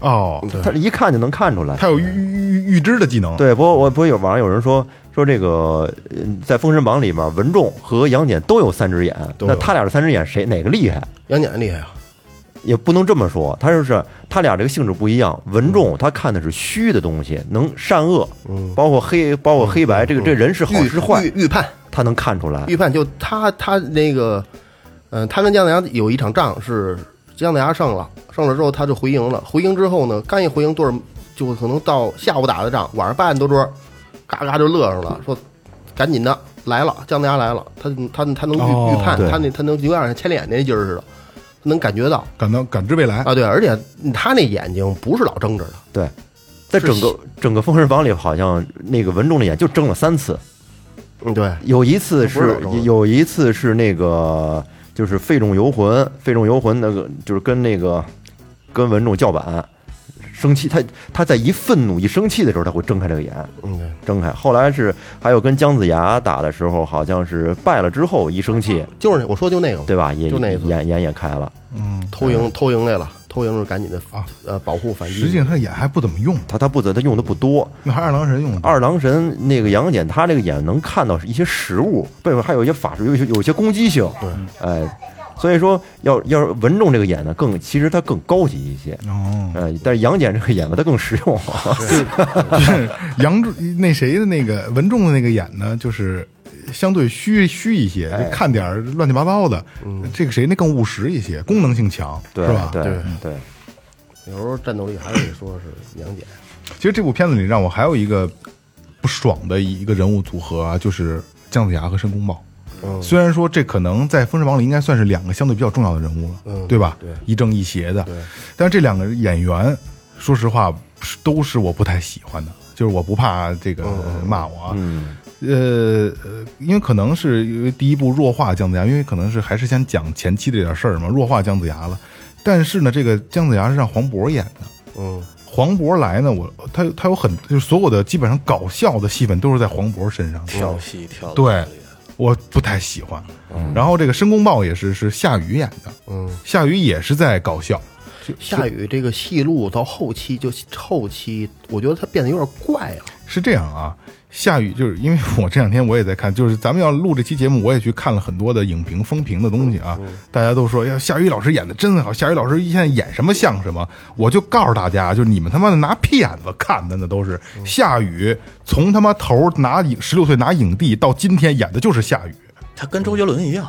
Speaker 1: 哦，
Speaker 3: 他一看就能看出来。
Speaker 1: 他有预预预预知的技能，
Speaker 3: 对，不过我不会有网上有人说说这个，嗯在《封神榜》里面，文仲和杨戬都有三只眼，
Speaker 1: 都有
Speaker 3: 那他俩的三只眼谁哪个厉害？
Speaker 2: 杨戬厉害啊，
Speaker 3: 也不能这么说，他就是他俩这个性质不一样。文仲他看的是虚的东西，能善恶，包括黑，包括黑白，这个这人是好
Speaker 2: 预
Speaker 3: 是坏，
Speaker 2: 预预判
Speaker 3: 他能看出来。
Speaker 2: 预判就他他那个，嗯、他跟姜子牙有一场仗是姜子牙胜了，胜了之后他就回营了，回营之后呢，刚一回营对儿就可能到下午打的仗，晚上八点多钟，嘎嘎就乐上了，说赶紧的来了，姜子牙来了，他他他能预、
Speaker 1: 哦
Speaker 2: 预判，
Speaker 3: 对
Speaker 2: 他那他能有点像千里眼那劲儿似的，他能感觉到
Speaker 1: 感到感知未来，
Speaker 2: 啊，对，而且他那眼睛不是老睁着的，
Speaker 3: 对，在整个整个《封神榜》里，好像那个文仲的眼就睁了三次，
Speaker 2: 嗯，对，
Speaker 3: 有一次
Speaker 2: 不是
Speaker 3: 是
Speaker 2: 老睁
Speaker 3: 有一次是那个就是费仲游魂，费仲游魂那个就是跟那个跟文仲叫板。生气，他他在一愤怒、一生气的时候，他会睁开这个眼，
Speaker 2: 嗯对。
Speaker 3: 睁开。后来是还有跟姜子牙打的时候，好像是败了之后一生气，
Speaker 2: 就是我说就那个嘛，
Speaker 3: 对吧？也
Speaker 2: 就那一次
Speaker 3: 眼眼也开了。
Speaker 1: 嗯，
Speaker 2: 偷营偷营来了，偷营是赶紧的
Speaker 1: 啊
Speaker 2: 呃保护反击。
Speaker 1: 实际上他眼还不怎么用，
Speaker 3: 他他不怎他用的不多。
Speaker 1: 那还是二郎神
Speaker 2: 啊
Speaker 1: 用的，
Speaker 3: 二郎神那个杨戬，他这个眼能看到一些实物，背后还有一些法术，有一些有一些攻击性。对，哎，所以说要要是文仲这个演呢，更其实它更高级一些，
Speaker 1: 哦，
Speaker 3: 呃，但是杨戬这个演吧，它更实用。
Speaker 1: 是杨志那谁的那个文仲的那个演呢，就是相对虚虚一
Speaker 2: 哎
Speaker 1: 些，就看点儿乱七八糟的。
Speaker 2: 嗯
Speaker 1: 这个谁那更务实一些，功能性强，
Speaker 3: 对
Speaker 1: 是吧？啊
Speaker 3: 对对，
Speaker 2: 有时候战斗力还是得说是杨戬。
Speaker 1: 其实这部片子里让我还有一个不爽的一个人物组合啊，就是姜子牙和申公豹。
Speaker 2: 嗯
Speaker 1: 虽然说这可能在《封神榜》里应该算是两个相对比较重要的人物了，对吧？对，一正一邪的。但是这两个演员，说实话是都是我不太喜欢的，就是我不怕这个骂我啊，
Speaker 3: 嗯，
Speaker 1: 呃，因为可能是因为第一部弱化姜子牙，因为可能是还是想讲前期这点事儿嘛，弱化姜子牙了。但是呢，这个姜子牙是让黄渤演的，
Speaker 2: 嗯，
Speaker 1: 黄渤来呢，我他他有很就是所有的基本上搞笑的戏份都是在黄渤身上的，
Speaker 4: 跳戏跳的
Speaker 1: 对，我不太喜欢。然后这个申公豹也是是夏雨演的，
Speaker 2: 嗯，
Speaker 1: 夏雨也是在搞笑，
Speaker 2: 夏雨这个戏路到后期就后期，我觉得他变得有点怪了。
Speaker 1: 是这样啊，夏雨就是因为 我这两天我也在看，就是咱们要录这期节目，我也去看了很多的影评、风评的东西啊。大家都说，哎呀，夏雨老师演的真好，夏雨老师现在演什么像什么。我就告诉大家，就是你们他妈的拿屁眼子看的那都是夏雨，从他妈头拿影十六岁拿影帝到今天演的就是夏雨，
Speaker 4: 他跟周杰伦一样，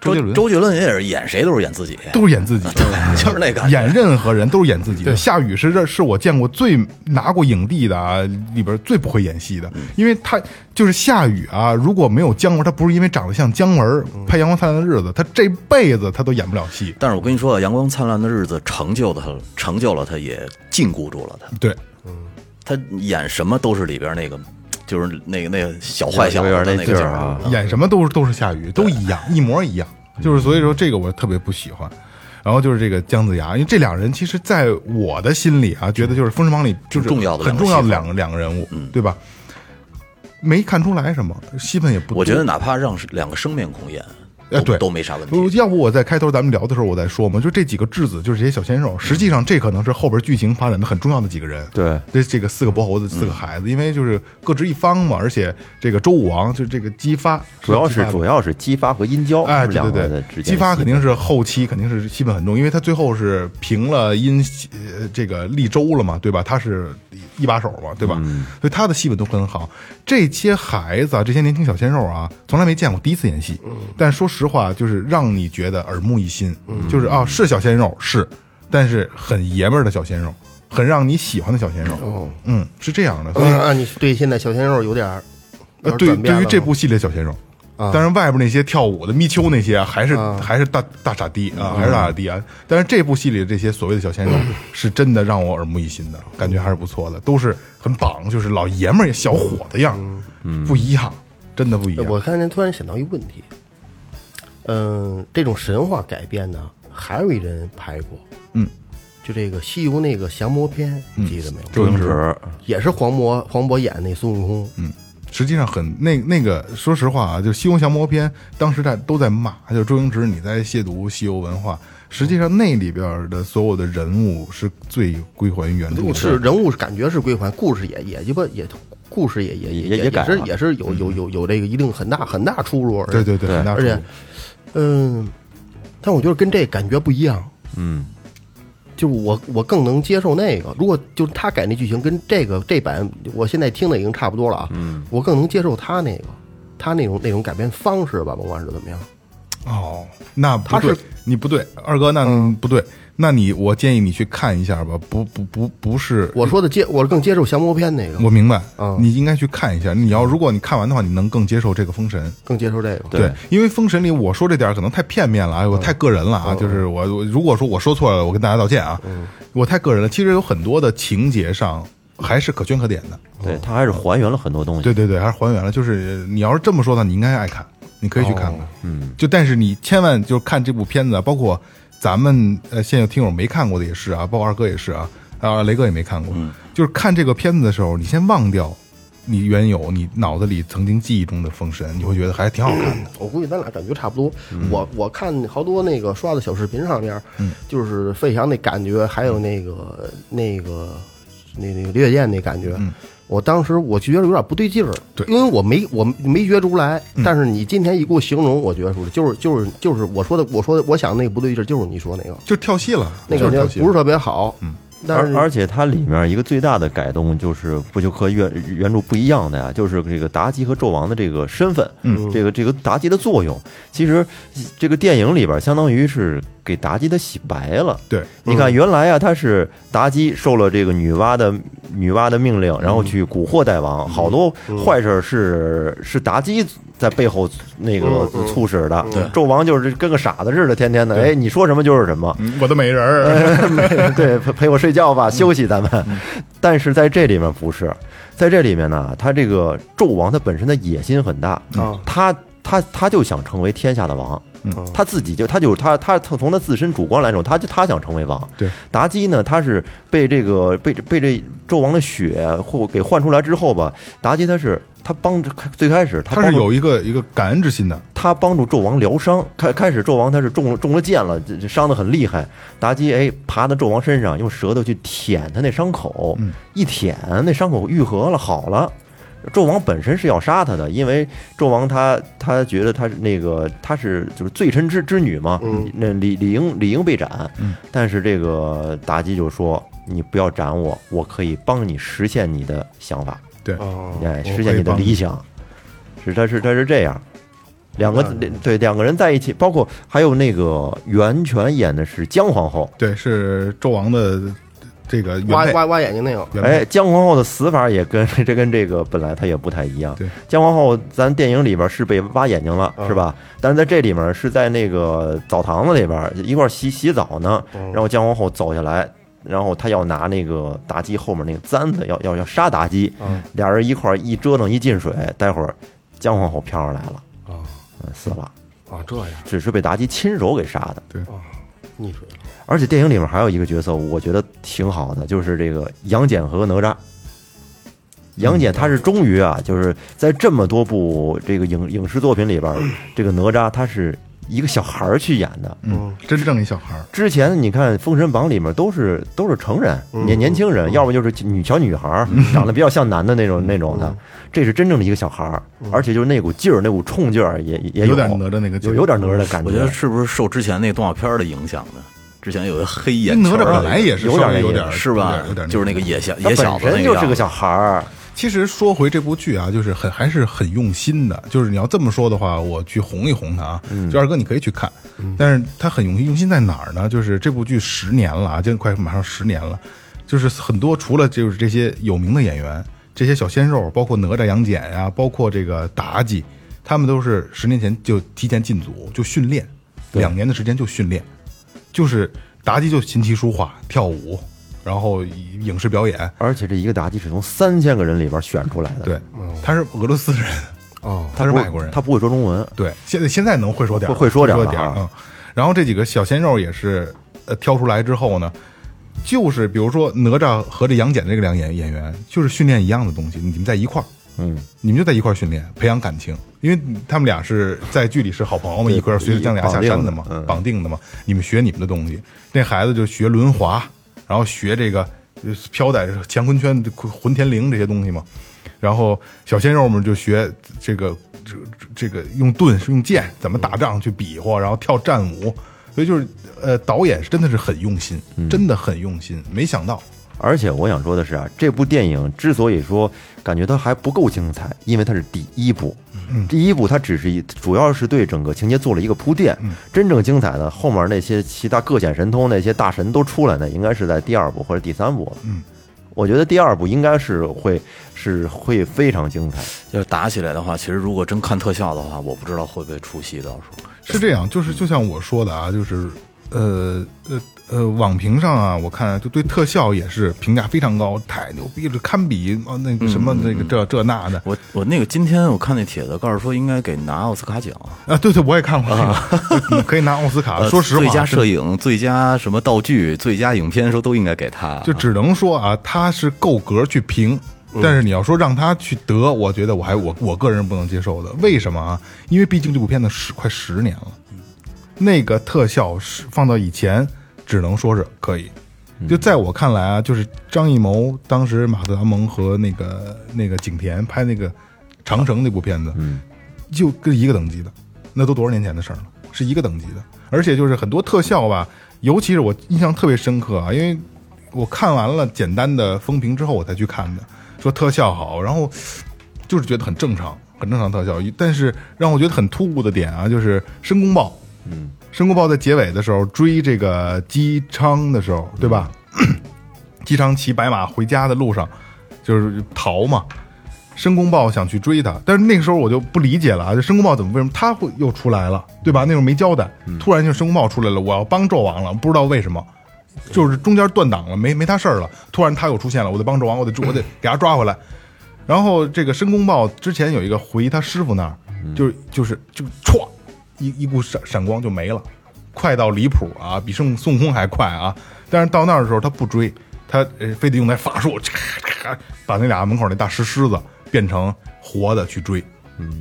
Speaker 1: 周杰伦
Speaker 4: 周杰伦也是演谁都是演自己，
Speaker 1: 都是演自己。
Speaker 4: 就是那感觉。
Speaker 1: 演任何人都是演自己的。夏雨是这是我见过最拿过影帝的啊，里边最不会演戏
Speaker 4: 嗯
Speaker 1: 的，因为他就是夏雨啊。如果没有姜文，他不是因为长得像姜文
Speaker 4: 嗯
Speaker 1: 拍《阳光灿烂的日子》，他这辈子他都演不了戏。
Speaker 4: 但是我跟你说，啊，《阳光灿烂的日子》成就了他，成就了他，也禁锢住了
Speaker 1: 对，
Speaker 4: 他。他演什么都是里边那个，就是那个那个小坏小子
Speaker 3: 有
Speaker 4: 的
Speaker 3: 点那
Speaker 4: 那个
Speaker 3: 劲
Speaker 4: 劲
Speaker 3: 儿
Speaker 4: 儿
Speaker 3: 啊。
Speaker 1: 演什么都是都是夏雨，都一样，一模一样。就是所以说这个我特别不喜欢。然后就是这个姜子牙，因为这两人其实在我的心里啊，觉得就是《封神榜》里就是
Speaker 4: 嗯重要的
Speaker 1: 很
Speaker 4: 两个
Speaker 1: 重要的
Speaker 4: 戏份嗯
Speaker 1: 两个两个人物，对吧？没看出来什么戏份也不多，
Speaker 4: 我觉得哪怕让两个生面孔演，
Speaker 1: 哎
Speaker 4: 都
Speaker 1: 对
Speaker 4: 都没啥问
Speaker 1: 不
Speaker 4: 题。
Speaker 1: 要不我在开头咱们聊的时候我再说嘛，就这几个质子就是这些小鲜肉，实际上这可能是后边剧情发展的很重要的几个人。
Speaker 3: 对，
Speaker 1: 这这个四个伯侯子
Speaker 4: 嗯
Speaker 1: 四个孩子，因为就是各执一方嘛，而且这个周武王就这个姬发，
Speaker 3: 主要
Speaker 1: 姬
Speaker 3: 是
Speaker 1: 发
Speaker 3: 主要是激发和殷郊
Speaker 1: 哎，
Speaker 3: 是
Speaker 1: 对
Speaker 3: 两个
Speaker 1: 对
Speaker 3: 人的之
Speaker 1: 对，
Speaker 3: 间，
Speaker 1: 姬发肯定是后期肯定是戏份很重，因为他最后是平了殷呃这个利州了嘛，对吧？他是一把手嘛，对吧？
Speaker 3: 嗯
Speaker 1: 所以他的戏份都很好。这些孩子啊，这些年轻小鲜肉啊，从来没见过，第一次演戏。但说实话，就是让你觉得耳目一新，就是啊，是小鲜肉是，但是很爷们儿的小鲜肉，很让你喜欢的小鲜肉。嗯，是这样的。所以
Speaker 2: 啊，你对现在小鲜肉有点儿，
Speaker 1: 呃，
Speaker 2: 有点
Speaker 1: 对，
Speaker 2: 转变
Speaker 1: 对于
Speaker 2: 了
Speaker 1: 这
Speaker 2: 吗
Speaker 1: 部系列小鲜肉，
Speaker 2: 啊
Speaker 1: 当然外边那些跳舞的咪秋那些啊还是、
Speaker 2: 啊嗯
Speaker 1: 还是大大傻逼啊，还是大傻逼啊。但是这部戏里的这些所谓的小鲜肉，是真的让我耳目一新的，感觉还是不错的，都是很绑，就是老爷们儿小伙子样，不一样，真的不一样。
Speaker 2: 嗯我刚才突然想到一个问题，嗯、这种神话改编呢，还有一人拍过，
Speaker 1: 嗯，
Speaker 2: 就这个西游那个降魔篇，记得没有？
Speaker 1: 周星驰
Speaker 3: 是
Speaker 2: 也是黄渤黄渤演那孙悟空，嗯，
Speaker 1: 实际上很那那个，说实话啊，就《西游降魔篇》，当时在都在骂，就是周星驰你在亵渎西游文化。实际上那里边的所有的人物是最归还原著的，
Speaker 2: 是人物感觉是归还，故事也也鸡巴也故事也也
Speaker 3: 也也
Speaker 2: 也
Speaker 3: 改
Speaker 2: 是
Speaker 3: 了
Speaker 2: 也是有有有有这个一定很大很大出入，而且
Speaker 1: 对对对，
Speaker 3: 对
Speaker 1: 很大
Speaker 2: 而
Speaker 1: 出
Speaker 2: 且
Speaker 1: 入，
Speaker 2: 嗯，但我觉得跟这感觉不一样。
Speaker 3: 嗯，
Speaker 2: 就是我我更能接受那个。如果就是他改那剧情跟这个这版，我现在听的已经差不多了啊。嗯，我更能接受他那个他那种那种改编方式吧，甭管是怎么样。
Speaker 1: 哦，那不
Speaker 2: 他
Speaker 1: 对
Speaker 2: 是，嗯
Speaker 1: 你不对，二哥，那不对，那你我建议你去看一下吧，不不不不是，
Speaker 2: 我说的接我更接受降魔篇那个，
Speaker 1: 我明白
Speaker 2: 嗯，
Speaker 1: 你应该去看一下。你要如果你看完的话，你能更接受这个封神。
Speaker 2: 更接受这个。
Speaker 1: 对，因为《封神》里我说这点儿可能太片面了，哎，
Speaker 2: 嗯
Speaker 1: 我太个人了啊！就是我，我如果说我说错了，我跟大家道歉啊，
Speaker 2: 嗯
Speaker 1: 我太个人了。其实有很多的情节上还是可圈可点的，
Speaker 3: 对他还是还原了 很多东西。
Speaker 1: 对对对，还是还原了。就是呃你要是这么说的，你应该爱看，你可以去看看。嗯，就但是你千万就是看这部片子啊，包括咱们呃现有听友没看过的也是啊，包括二哥也是啊，啊雷哥也没看过。就是看这个片子的时候，你先忘掉你原有你脑子里曾经记忆中的封神，你会觉得还挺好 看的。
Speaker 2: 我估计咱俩感觉差不多。我我看好多那个刷的小视频上面，就是费翔那感觉，还有那个那个那那个李雪健那感觉，我当时我觉得有点不对劲儿，
Speaker 1: 对
Speaker 2: 因为我没我没觉出来，但是你今天一给我形容，我觉出来，就是就是就是我说的，我说的，我想那个不对劲儿，就是你说那个
Speaker 1: 就跳戏了，
Speaker 2: 那
Speaker 1: 嗯就
Speaker 2: 个
Speaker 1: 是跳
Speaker 2: 感
Speaker 1: 戏
Speaker 2: 觉
Speaker 1: 了，
Speaker 2: 不是特别好，嗯，但
Speaker 3: 而
Speaker 2: 是
Speaker 3: 而且它里面一个最大的改动就是不就和原原著不一样的呀，就是这个妲己和纣王的这个身份，
Speaker 1: 嗯
Speaker 3: 这个这个妲己的作用，其实这个电影里边相当于是给妲己的洗白了。
Speaker 1: 对，
Speaker 3: 你看，原来啊，她是妲己受了这个女娲的女娲的命令，然后去蛊惑大王，好多坏事是是妲己在背后那个促使的。纣王就是跟个傻子似的，天天的，哎，你说什么就是什么。
Speaker 1: 嗯我的美人 儿，
Speaker 3: 对，陪陪我睡觉
Speaker 1: 嗯
Speaker 3: 吧，休息咱们。但是在这里面不是，在这里面呢，他这个纣王他本身的野心很大，
Speaker 2: 啊
Speaker 3: 他他他就想成为天下的王，
Speaker 1: 嗯
Speaker 3: 他自己就他就他他从他自身主观来说，他就他想成为王。
Speaker 1: 对，
Speaker 3: 妲己呢，她是被这个被被这纣王的血或给换出来之后吧，妲己她是她帮着最开始她
Speaker 1: 他
Speaker 3: 帮
Speaker 1: 是
Speaker 3: 助
Speaker 1: 有一个一个感恩之心的，
Speaker 3: 他帮助纣王疗伤。开开始纣王他是中了中了箭了，这这伤得很厉害。妲己哎爬到纣王身上，用舌头去舔他那伤口，
Speaker 1: 嗯
Speaker 3: 一舔那伤口愈合了，好了。纣王本身是要杀他的，因为纣王他他觉得他是那个他是就是罪臣之之女嘛，
Speaker 2: 嗯
Speaker 3: 那理理应理应被斩。
Speaker 1: 嗯
Speaker 3: 但是这个妲己就说：“你不要斩我，我可以帮你实现你的想法。”
Speaker 1: 对，
Speaker 2: 哦
Speaker 3: 哎，
Speaker 1: 我
Speaker 3: 实
Speaker 1: 可以
Speaker 3: 现你的
Speaker 1: 帮
Speaker 3: 理想，是他是他是这样，两个
Speaker 2: 明白了
Speaker 3: 对两个人在一起，包括还有那个袁泉演的是姜皇后，
Speaker 1: 对，是纣王的这个原
Speaker 2: 挖
Speaker 1: 配，
Speaker 2: 挖挖眼睛那个，
Speaker 1: 原配
Speaker 3: 哎，姜皇后的死法也跟 这跟这个本来她也不太一样
Speaker 1: 对。
Speaker 3: 姜皇后咱电影里边是被挖眼睛了，
Speaker 2: 嗯
Speaker 3: 是吧？但是在这里面是在那个澡堂子里边一块儿洗洗澡呢，嗯
Speaker 2: 嗯
Speaker 3: 然后姜皇后走下来。然后她要拿那个妲己后面那个簪子，要要要杀妲己，
Speaker 2: 嗯
Speaker 3: 俩人一块儿一折腾一进水，待会儿姜皇后飘上来了，
Speaker 2: 啊
Speaker 3: 嗯，死了，
Speaker 2: 啊这样，哦
Speaker 3: 只是被妲己亲手给杀的。
Speaker 2: 溺水了
Speaker 3: 而且电影里面还有一个角色，我觉得挺好的，就是这个杨戬和哪吒。杨戬他是终于啊，就是在这么多部这个影影视作品里边儿，这个哪吒他是一个小孩儿去演的。
Speaker 1: 嗯，真正一小孩儿，
Speaker 3: 之前你看《封神榜》里面都是都是成人年年轻人，要么就是女小女孩儿，长得比较像男的那种那种的，这是真正的一个小孩儿，而且就是那股劲儿、那股冲劲儿也也也
Speaker 1: 有点哪吒那个劲
Speaker 3: 有
Speaker 1: 儿嗯
Speaker 3: 有点哪吒的感
Speaker 4: 我
Speaker 3: 觉。
Speaker 4: 觉得是不是受之前那动画片儿的影响呢？之前有一个黑眼
Speaker 1: 哪
Speaker 4: 圈儿
Speaker 1: 吒
Speaker 4: 的
Speaker 1: 本来也是
Speaker 3: 有
Speaker 1: 稍
Speaker 3: 点
Speaker 1: 微
Speaker 3: 那
Speaker 1: 有
Speaker 3: 意思
Speaker 1: 点儿
Speaker 4: 是吧？
Speaker 1: 有点有点
Speaker 4: 就是那个野小
Speaker 3: 他
Speaker 4: 野小子
Speaker 3: 本
Speaker 4: 那
Speaker 3: 身
Speaker 4: 个
Speaker 3: 就是
Speaker 4: 样子
Speaker 3: 个小孩儿，
Speaker 1: 其实说回这部剧啊，就是很还是很用心的。就是你要这么说的话，我去红一红他啊。就二哥，你可以去看，但是他很用心，用心在哪儿呢？就是这部剧十年了啊，这快马上十年了，就是很多除了就是这些有名的演员，这些小鲜肉，包括哪吒、杨戬呀、包括这个妲己，他们都是十年前就提前进组就训练，两年的时间就训练，就是妲己就琴棋书画、跳舞，然后影视表演。
Speaker 3: 而且这一个妲己是从三千个人里边选出来的，，嗯
Speaker 1: 对，他是俄罗斯人，
Speaker 2: 哦
Speaker 1: 他是外国人，
Speaker 3: 他不会说中文，
Speaker 1: 对，现在现在能会说点儿了，
Speaker 3: 会会说点儿
Speaker 1: 会
Speaker 3: 了
Speaker 1: 点儿
Speaker 3: 啊
Speaker 1: 嗯。然后这几个小鲜肉也是，呃，挑出来之后呢，就是比如说哪吒和这杨戬这个两演演员，就是训练一样的东西，你们在一块儿，
Speaker 3: 嗯，
Speaker 1: 你们就在一块儿训练，培养感情，因为他们俩是在剧里是好朋友嘛，
Speaker 3: 对
Speaker 1: 一块儿随着将俩下山的嘛
Speaker 3: 绑定的，嗯
Speaker 1: 绑定的嘛，你们学你们的东西，那孩子就学轮滑，然后学这个呃飘带、乾坤圈、混天绫这些东西嘛，然后小鲜肉们就学这个这这个用盾用剑怎么打仗去比划，然后跳战舞，所以就是呃，导演是真的是很用心，
Speaker 3: 嗯
Speaker 1: 真的很用心，没想到，
Speaker 3: 而且我想说的是啊，这部电影之所以说感觉它还不够精彩，因为它是第一部，
Speaker 1: 嗯
Speaker 3: 第一部它只是一，主要是对整个情节做了一个铺垫。
Speaker 1: 嗯
Speaker 3: 真正精彩的后面那些其他各显神通那些大神都出来的，应该是在第二部或者第三部了。
Speaker 1: 嗯，
Speaker 3: 我觉得第二部应该是会是会非常精彩。
Speaker 4: 就是打起来的话，其实如果真看特效的话，我不知道会不会出戏。到时候
Speaker 1: 是这样，就是就像我说的啊，就是呃呃呃，网评上啊，我看就对特效也是评价非常高，太牛逼了，堪比啊那个什么那个这这那的
Speaker 4: 我我那个今天我看那帖子，告诉说应该给拿奥斯卡奖，
Speaker 1: 啊，对对，我也看过那个， 可以拿奥斯卡。
Speaker 4: 呃
Speaker 1: 说实话，啊
Speaker 4: 最佳
Speaker 1: 真的
Speaker 4: 摄影、最佳什么道具、最佳影片，说都应该给他。
Speaker 1: 就只能说啊，他是够格去评。但是你要说让他去得，我觉得我还我我个人不能接受的。为什么啊？因为毕竟这部片子十快十年了，那个特效是放到以前，只能说是可以，就在我看来啊，就是张艺谋当时马特达蒙和那个那个景甜拍那个《长城》那部片子，
Speaker 3: 嗯，
Speaker 1: 就跟一个等级的，那都多少年前的事儿了，是一个等级的。而且就是很多特效吧，尤其是我印象特别深刻啊，因为我看完了简单的风评之后，我才去看的，说特效好，然后就是觉得很正常，很正常特效。但是让我觉得很突兀的点啊，就是申公豹，
Speaker 3: 嗯，
Speaker 1: 申公豹在结尾的时候追这个姬昌的时候，对吧？姬昌骑白马回家的路上，就是逃嘛。申公豹想去追他，但是那个时候我就不理解了啊，就申公豹怎么为什么他会又出来了，对吧？那时候没交代，突然就申公豹出来了，我要帮纣王了，不知道为什么，就是中间断档了，没没他事儿了，突然他又出现了，我得帮纣王，我得我得给他抓回来。然后这个申公豹之前有一个回他师傅那儿，就是就是就歘，一一股闪闪光就没了，快到离谱啊，比孙孙悟空还快啊！但是到那儿的时候他不追，他呃非得用那法术，咔咔把那俩门口那大石狮子变成活的去追，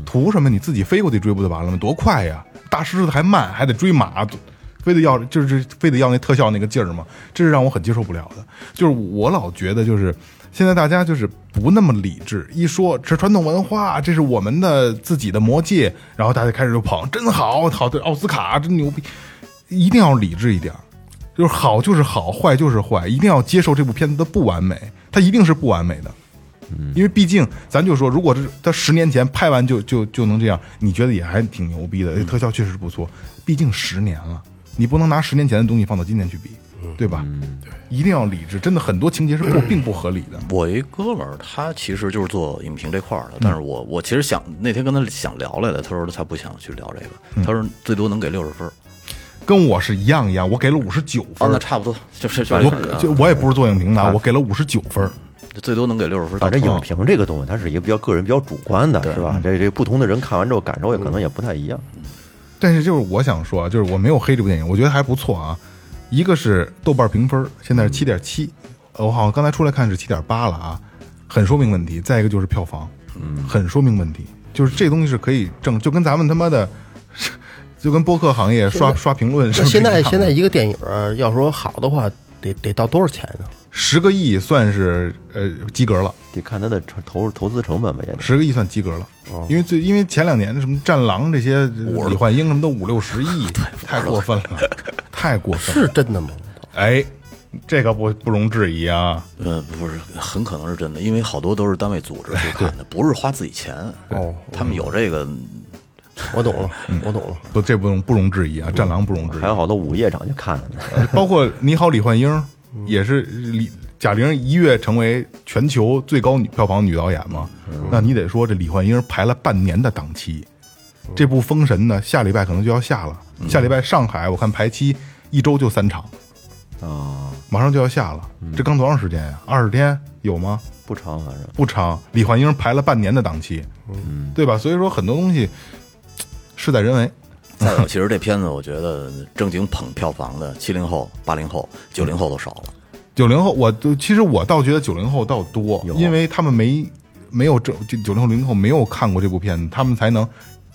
Speaker 1: 图什么？你自己飞过去追不就完了吗？多快呀！大狮子还慢，还得追马，非得要就是非得要那特效那个劲儿嘛，这是让我很接受不了的。就是我老觉得就是现在大家就是不那么理智，一说这传统文化，这是我们的自己的魔戒，然后大家开始就捧，真好，好对奥斯卡真牛逼，一定要理智一点儿。就是好就是好，坏就是坏，一定要接受这部片子的不完美，它一定是不完美的。因为毕竟咱就说，如果是他十年前拍完就就就能这样，你觉得也还挺牛逼的，特效确实不错。毕竟十年了，你不能拿十年前的东西放到今天去比，对吧？对，一定要理智。真的很多情节是不并不合理的。
Speaker 4: 我一哥们儿，他其实就是做影评这块儿的，但是我我其实想那天跟他想聊来的，他说他不想去聊这个，
Speaker 1: 嗯
Speaker 4: 他说最多能给六十分儿，
Speaker 1: 跟我是一样一样，我给了五十九
Speaker 4: 啊，
Speaker 1: 分
Speaker 4: 那。差不多就是就是嗯
Speaker 1: 我就我也不是做影评的，我给了五十九分。
Speaker 4: 最多能给六十分儿，
Speaker 3: 反正影评这个东西，它是一个比较个人、比较主观的，是
Speaker 4: 嗯
Speaker 3: 吧？这这不同的人看完之后感受也可能也不太一样。
Speaker 1: 但是就是我想说，啊，就是我没有黑这部电影，我觉得还不错啊。一个是豆瓣评分现在是七点七，
Speaker 2: 嗯
Speaker 1: 呃我好像刚才出来看是七点八了啊，很说明问题。再一个就是票房，嗯，很说明问题，就是这东西是可以挣，就跟咱们他妈的，就跟播客行业刷刷评 论是
Speaker 2: 那
Speaker 1: 不是
Speaker 2: 现
Speaker 1: 一
Speaker 2: 在
Speaker 1: 样的
Speaker 2: 现在一个电影儿要说好的话，得得到多少钱呢？
Speaker 1: 十个亿算是呃及格了，
Speaker 3: 得看它的成投投资成本吧，也得。
Speaker 1: 十个亿算及格了，
Speaker 2: 哦
Speaker 1: 因为最因为前两年的什么《战狼》这些，李焕英什么都五六十 亿，太过分了，太过分了。
Speaker 2: 是真的吗？
Speaker 1: 哎，这个不不容置疑啊。
Speaker 4: 呃，不是，很可能是真的，因为好多都是单位组织去看的，不是花自己钱。
Speaker 2: 哦，
Speaker 4: 他们有这 个，
Speaker 2: 我懂了，我懂了。
Speaker 1: 不，这不容不容置疑啊，《战狼》不容置
Speaker 3: 还有
Speaker 1: 疑，
Speaker 3: 好多午夜场去 看的呢，
Speaker 1: 包括《你好，李焕英》也是李贾玲一跃成为全球最高女票房女导演嘛。那你得说这李焕英排了半年的档期，这部《封神》呢，下礼拜可能就要下了。下礼拜上海我看排期一周就三场，
Speaker 3: 啊，
Speaker 1: 马上就要下了。这刚多长时间呀？二十天有吗？
Speaker 3: 不长反正。
Speaker 1: 不长，李焕英排了半年的档期，对吧？所以说很多东西嘖事在人为。
Speaker 4: 再有，其实这片子我觉得正经捧票房的，七零后、八零后、九零后都少了。
Speaker 1: 九零后，我都其实我倒觉得九零后倒多，因为他们没没有这九九零后零零后没有看过这部片子，他们才能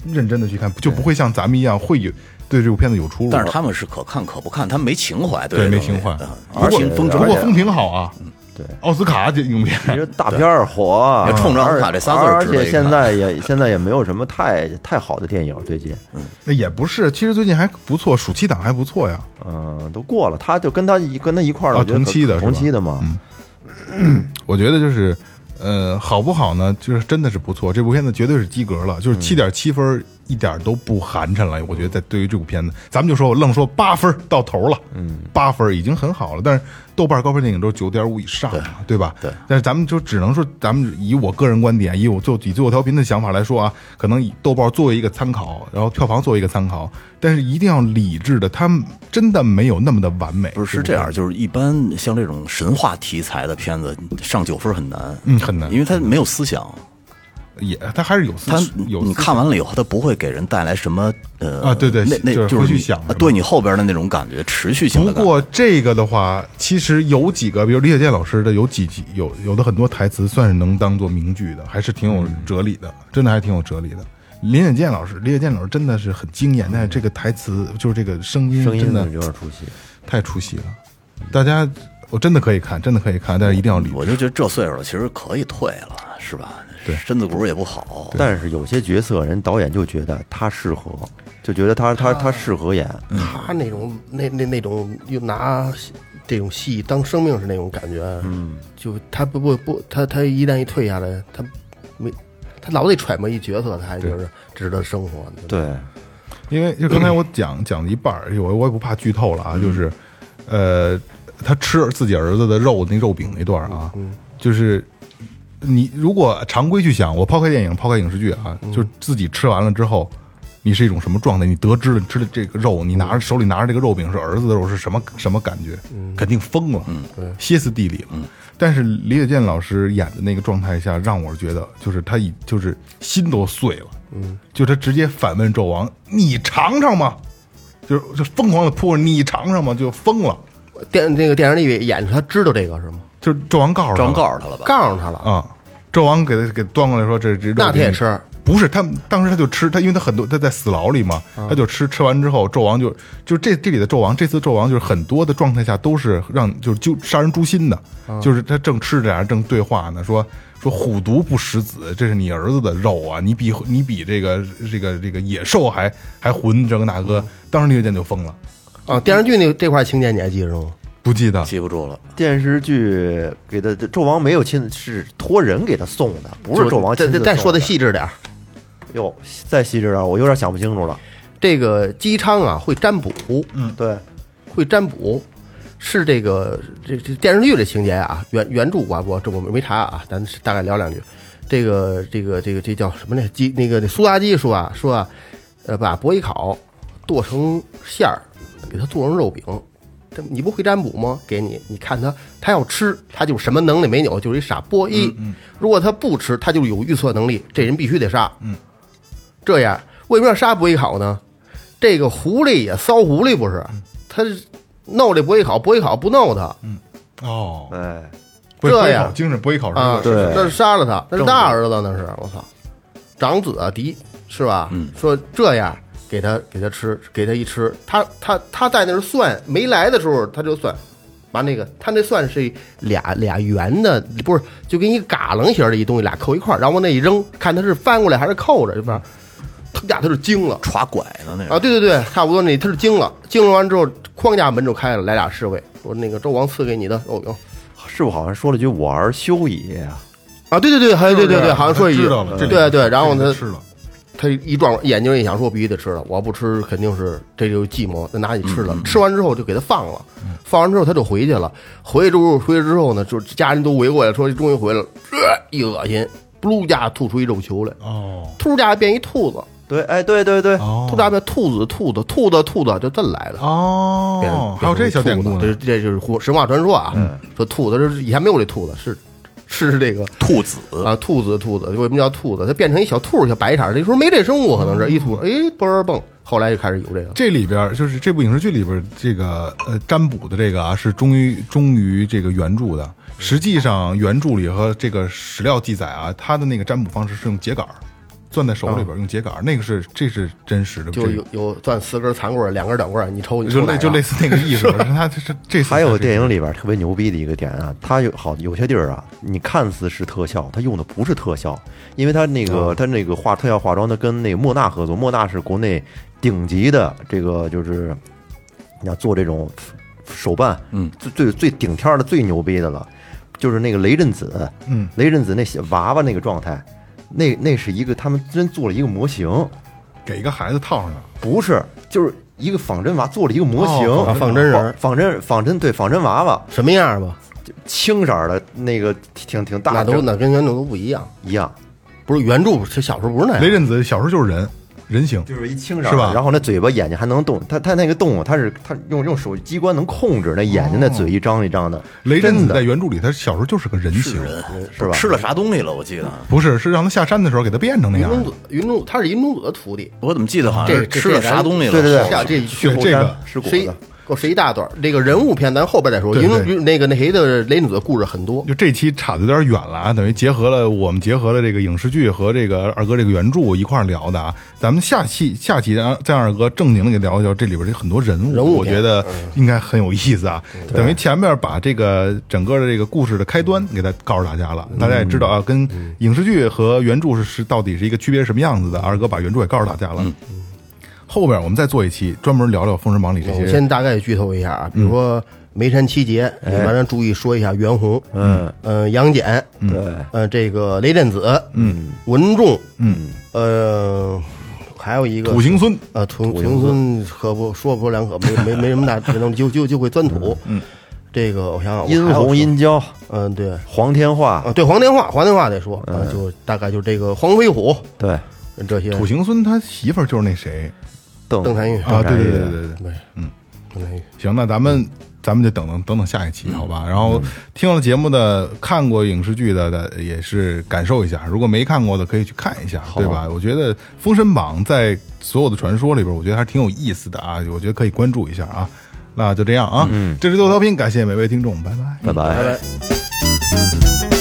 Speaker 1: 认真的去看，就不会像咱们一样会有对这部片子有出入。
Speaker 4: 但是他们是可看可不看，他们没情怀，
Speaker 1: 嗯对
Speaker 4: 这
Speaker 1: 没
Speaker 4: 东西
Speaker 1: 情怀
Speaker 4: 嗯
Speaker 1: 不过
Speaker 4: 而且风
Speaker 1: 不
Speaker 4: 筝
Speaker 1: 过风评好啊，
Speaker 4: 嗯
Speaker 3: 对
Speaker 1: 奥斯卡这影片
Speaker 3: 其实大片儿火啊，
Speaker 4: 对也冲着奥斯卡
Speaker 3: 而
Speaker 4: 这仨字儿
Speaker 3: 而
Speaker 4: 值得一看
Speaker 3: 且现在也现在也没有什么太太好的电影，最近，
Speaker 1: 那也不是，其实最近还不错，暑期档还不错呀。
Speaker 3: 嗯，都过了，他就跟他一跟他一块儿
Speaker 1: 啊
Speaker 3: 的，我觉
Speaker 1: 同
Speaker 3: 得
Speaker 1: 期的
Speaker 3: 可
Speaker 1: 是吧
Speaker 3: 同期的嘛，
Speaker 4: 嗯
Speaker 1: 我觉得就是，呃，好不好呢？就是真的是不错，这部片子绝对是及格了，就是七点七分儿，一点儿都不寒碜了。我觉得在对于这部片子，咱们就说我愣说八分儿到头了，嗯，八分儿已经很好了。但是豆瓣高分电影都是九点五以上嘛，对吧？
Speaker 4: 对。
Speaker 1: 但是咱们就只能说，咱们以我个人观点，以我做以最后调频的想法来说啊，可能以豆瓣作为一个参考，然后票房作为一个参考，但是一定要理智的，它真的没有那么的完美。
Speaker 4: 不是是这样，就是一般像这种神话题材的片子上九分很难，
Speaker 1: 嗯很难
Speaker 4: 因为它没有思想。
Speaker 1: 也，它还是有思
Speaker 4: 他
Speaker 1: 有
Speaker 4: 你
Speaker 1: 思
Speaker 4: 看完了以后，他不会给人带来什么呃
Speaker 1: 啊对对
Speaker 4: 那那
Speaker 1: 就
Speaker 4: 就
Speaker 1: 是
Speaker 4: 是
Speaker 1: 回去
Speaker 4: 你
Speaker 1: 想
Speaker 4: 啊
Speaker 1: 是吧
Speaker 4: 对你后边的那种感觉，持续性的
Speaker 1: 不
Speaker 4: 感觉。
Speaker 1: 过这个的话，其实有几个，比如李雪健老师的有几集，有有的很多台词算是能当做名句的，还是挺有哲理的，真的还挺有哲理的。林雪健老师，林雪健老师真的是很惊艳，但嗯是这个台词就是这个声音，
Speaker 3: 声音
Speaker 1: 真
Speaker 3: 呢
Speaker 1: 的
Speaker 3: 有点出戏，
Speaker 1: 太出戏了。大家我真的可以看，真的可以看，但是一定要理。
Speaker 4: 我就觉得这岁数了，其实可以退了，是吧？对，身子骨也不好。
Speaker 3: 但是有些角色，人导演就觉得他适合，就觉得他他他适合演。
Speaker 4: 嗯
Speaker 2: 他那种那那那种又拿这种戏当生命是那种感觉，嗯，就他不不不，他他一旦一退下来，他没他老得揣摩一角色，他还觉得值得生活。
Speaker 3: 对，
Speaker 1: 因为就刚才我讲 讲了一半儿，哎我我也不怕剧透了啊，就是，呃，他吃自己儿子的肉那肉饼那段儿啊，就是你如果常规去想，我抛开电影，抛开影视剧啊，就自己吃完了之后，你是一种什么状态？你得知了吃了这个肉，你拿着手里拿着这个肉饼是儿子的肉，是什么什么感觉？肯定疯了，歇斯底里了。但是李雪健老师演的那个状态下，让我觉得就是他已就是心都碎了，嗯，就他直接反问纣王：“你尝尝吗？”就是就疯狂的扑着你尝尝吗？就疯了，
Speaker 2: 电那个电影里演出，他知道这个是吗？
Speaker 1: 就是纣王告诉他
Speaker 4: 这
Speaker 1: 了，
Speaker 4: 样告诉他了吧？
Speaker 2: 告诉他了，
Speaker 1: 啊，纣王给他给端过来说这这肉
Speaker 2: 那他也
Speaker 1: 给你
Speaker 2: 吃，
Speaker 1: 不是他们当时他就吃他，因为他很多他在死牢里嘛，
Speaker 2: 啊
Speaker 1: 他就吃吃完之后，纣王就就这这里的纣王这次纣王就是很多的状态下都是让就是就杀人诛心的，
Speaker 2: 啊
Speaker 1: 就是他正吃着俩人正对话呢，说说虎毒不食子，这是你儿子的肉啊，你比你比这个这个这个野兽还还混，这个大哥，当时那个剑就疯了，
Speaker 2: 啊，电视剧那这块情节你还记着吗？
Speaker 1: 不记
Speaker 2: 啊
Speaker 1: 得
Speaker 4: 记不住了，
Speaker 3: 电视剧给他纣王没有亲，是托人给他送的，不是纣王亲
Speaker 2: 再
Speaker 3: 自
Speaker 2: 再再说
Speaker 3: 的
Speaker 2: 的细致点儿，
Speaker 3: 哟，再细致点，我有点想不清楚了。
Speaker 2: 这个姬昌啊会占卜，嗯，
Speaker 3: 对，
Speaker 2: 会占卜，是这个这这电视剧的情节啊，原原著我我这我没查啊，咱大概聊两句。这个这个这个这叫什么呢？鸡那个苏妲己说啊说啊，呃，把伯邑考剁成馅儿，给它做成肉饼。这你不会占卜吗？给你，你看他，他要吃，他就是什么能力没有，就是一傻波一。如果他不吃，他就有预测能力，这人必须得杀。嗯，这样为什么要杀伯邑考呢？这个狐狸也骚狐狸不是，他是弄这伯邑考，伯邑考不弄他
Speaker 1: 嗯哦，
Speaker 3: 哎，
Speaker 1: 不是
Speaker 2: 这
Speaker 1: 不是
Speaker 2: 样
Speaker 1: 考精神不会考试
Speaker 2: 啊，
Speaker 1: 是
Speaker 3: 对
Speaker 2: 这是杀了他，那是大儿子那是，我操，长子啊，嫡是吧？
Speaker 1: 嗯
Speaker 2: 说这样给他给他吃，给他一吃，他他他在那儿算，没来的时候他就算。把那个，他那算是俩俩圆的，不是就跟一嘎楞形儿的一东西，俩扣一块儿，然后往那一扔，看他是翻过来还是扣着，就反正，他俩他就惊了，
Speaker 4: 歘拐的那
Speaker 2: 啊，
Speaker 4: 个，
Speaker 2: 对对对，差不多那他是惊了，惊了完之后，框架门就开了，来俩侍卫说那个周王赐给你的哦肉饼
Speaker 3: 是不是好像说了句“我儿休矣
Speaker 2: 啊，对对对，还
Speaker 1: 不
Speaker 2: 对
Speaker 1: 是
Speaker 2: 对对，好像说一句
Speaker 1: 知道了，这里
Speaker 2: 对对，然后
Speaker 1: 这里
Speaker 2: 他
Speaker 1: 吃了，
Speaker 2: 他一转眼睛一想，说我必须得吃了，我不吃肯定是这就是寂寞，那拿你吃了，
Speaker 1: 嗯
Speaker 2: 吃完之后就给他放了，放完之后他就回去了，回去之后回去之后呢，就是家人都围过来说终于回来了，呃一恶心，噜家吐出一肉球来，
Speaker 1: 哦
Speaker 2: 突家变一兔子，”。
Speaker 3: 对，哎，对对对，
Speaker 1: 哦
Speaker 2: 兔家变兔子兔子兔子兔子就这么来的。变
Speaker 1: 哦，还有这小典故呢嗯
Speaker 2: 这，这就是胡神话传说啊。说兔子，这是以前没有这兔子，是是这个
Speaker 4: 兔子
Speaker 2: 啊，兔子兔子为什么叫兔子？它变成一小兔儿，小白色儿。那时候没这生物，可能
Speaker 1: 哦
Speaker 2: 是一兔，哎，嘣儿蹦。后来就开始有这个，
Speaker 1: 这里边儿就是这部影视剧里边儿这个呃占卜的这个啊，是忠于忠于这个原著的。实际上原著里和这个史料记载啊，他的那个占卜方式是用秸秆儿，攥在手里边儿用秸秆儿，那个是这是真实的，
Speaker 2: 就
Speaker 1: 这
Speaker 2: 有有攥四根残棍儿，两根短棍儿，你抽你
Speaker 1: 就
Speaker 2: 抽哪
Speaker 1: 类
Speaker 2: 个
Speaker 1: 就类似那个意思。他这这次
Speaker 3: 还有
Speaker 1: 才是
Speaker 3: 电影里边特别牛逼的一个点啊，它有好有些地儿啊，你看似是特效，它用的不是特效，因为它那
Speaker 2: 啊
Speaker 3: 个它那个化特效化妆，它跟那个莫纳合作，莫纳是国内顶级的这个就是，你要做这种手办，
Speaker 4: 嗯，
Speaker 3: 最最最顶天儿的最牛逼的了，就是那个雷震子，
Speaker 1: 嗯，
Speaker 3: 雷震子那小娃娃那个状态，那那是一个他们真做了一个模型，
Speaker 1: 给一个孩子套上了，
Speaker 3: 不是就是一个仿真娃做了一个模型，
Speaker 1: 哦
Speaker 2: 啊仿真人儿
Speaker 3: 仿真仿真对仿真娃娃。
Speaker 2: 什么样儿吧？
Speaker 3: 青色儿的那个挺挺大
Speaker 2: 那
Speaker 3: 的
Speaker 2: 都那跟原著都不一样，
Speaker 3: 一样，
Speaker 2: 不是原著，这小时候不是那
Speaker 1: 雷
Speaker 2: 样。
Speaker 1: 震子小时候就是人人形，
Speaker 3: 哎就是一青色
Speaker 1: 是吧
Speaker 3: 然后那嘴巴眼睛还能动，它它那个动物它是它用用手机关能控制那眼睛那嘴一张一张的，
Speaker 1: 雷震
Speaker 3: 真
Speaker 1: 子
Speaker 3: 的
Speaker 1: 在原著里他小时候就是个人形，
Speaker 3: 是吧？
Speaker 4: 吃了啥东西了？我记得，
Speaker 1: 不是是让他下山的时候给他变成那
Speaker 2: 云
Speaker 1: 样啊
Speaker 2: 中
Speaker 1: 的
Speaker 2: 子。，云中他是云中子的徒弟，
Speaker 4: 我怎么记得好像
Speaker 2: 这
Speaker 4: 是吃了啥东西了？
Speaker 3: 对对对
Speaker 2: 这这
Speaker 3: 去
Speaker 1: 这
Speaker 3: 后
Speaker 1: 这
Speaker 3: 山
Speaker 1: 个
Speaker 3: 吃果
Speaker 2: 谁
Speaker 3: 子，
Speaker 2: 够是一大段儿。这个人物篇咱后边再说，
Speaker 1: 对
Speaker 2: 因为
Speaker 1: 对
Speaker 2: 那个那谁的雷女的故事很多，
Speaker 1: 就这期岔的有点远了啊，等于结合了我们结合了这个影视剧和这个二哥这个原著一块儿聊的啊。咱们下期下期让再让二哥正经的给聊一聊这里边这很多人物，
Speaker 2: 人物
Speaker 1: 我
Speaker 2: 片嗯
Speaker 1: 觉得应该很有意思啊。等于前面把这个整个的这个故事的开端给他告诉大家
Speaker 2: 嗯
Speaker 1: 了，大家也知道啊，跟影视剧和原著是是到底是一个区别是什么样子的。二哥把原著也告诉大家了。
Speaker 2: 嗯
Speaker 1: 后边我们再做一期专门聊聊《封神榜》里这
Speaker 2: 我
Speaker 1: 些嗯
Speaker 2: 先大概剧透一下啊，比如说梅山七杰，你
Speaker 1: 哎
Speaker 2: 们要注意说一下袁弘，
Speaker 3: 嗯，
Speaker 2: 呃，杨戬，
Speaker 3: 对，
Speaker 2: 呃，这个雷震子，嗯，文仲，
Speaker 1: 嗯，
Speaker 2: 呃，还有一个
Speaker 1: 土行孙，
Speaker 2: 啊，土土行孙可不说不出两可，没没没什么大能力，就就就会钻土。嗯，这个我想想，我
Speaker 3: 殷
Speaker 2: 还有
Speaker 3: 红、
Speaker 2: 谁，
Speaker 3: 殷郊、
Speaker 2: 嗯，对，
Speaker 3: 黄天化
Speaker 2: 啊，，对，黄天化，黄天化得说啊，就大概就这个黄飞虎
Speaker 3: 对，
Speaker 2: 这些，
Speaker 1: 土行孙他媳妇儿就是那谁
Speaker 3: 邓
Speaker 2: 邓婵玉
Speaker 1: 啊？对对
Speaker 3: 张嘉译
Speaker 1: 对对对对。
Speaker 2: 对，嗯，
Speaker 1: 行，那咱们咱们就等等等等下一期，好吧？然后听了节目的、看过影视剧的的也是感受一下，如果没看过的可以去看一下，对吧？我觉得《封神榜》在所有的传说里边，我觉得还挺有意思的啊，我觉得可以关注一下啊。那就这样啊，嗯，这是豆调频，感谢每位听众，拜拜。
Speaker 3: 拜拜。
Speaker 2: 拜拜。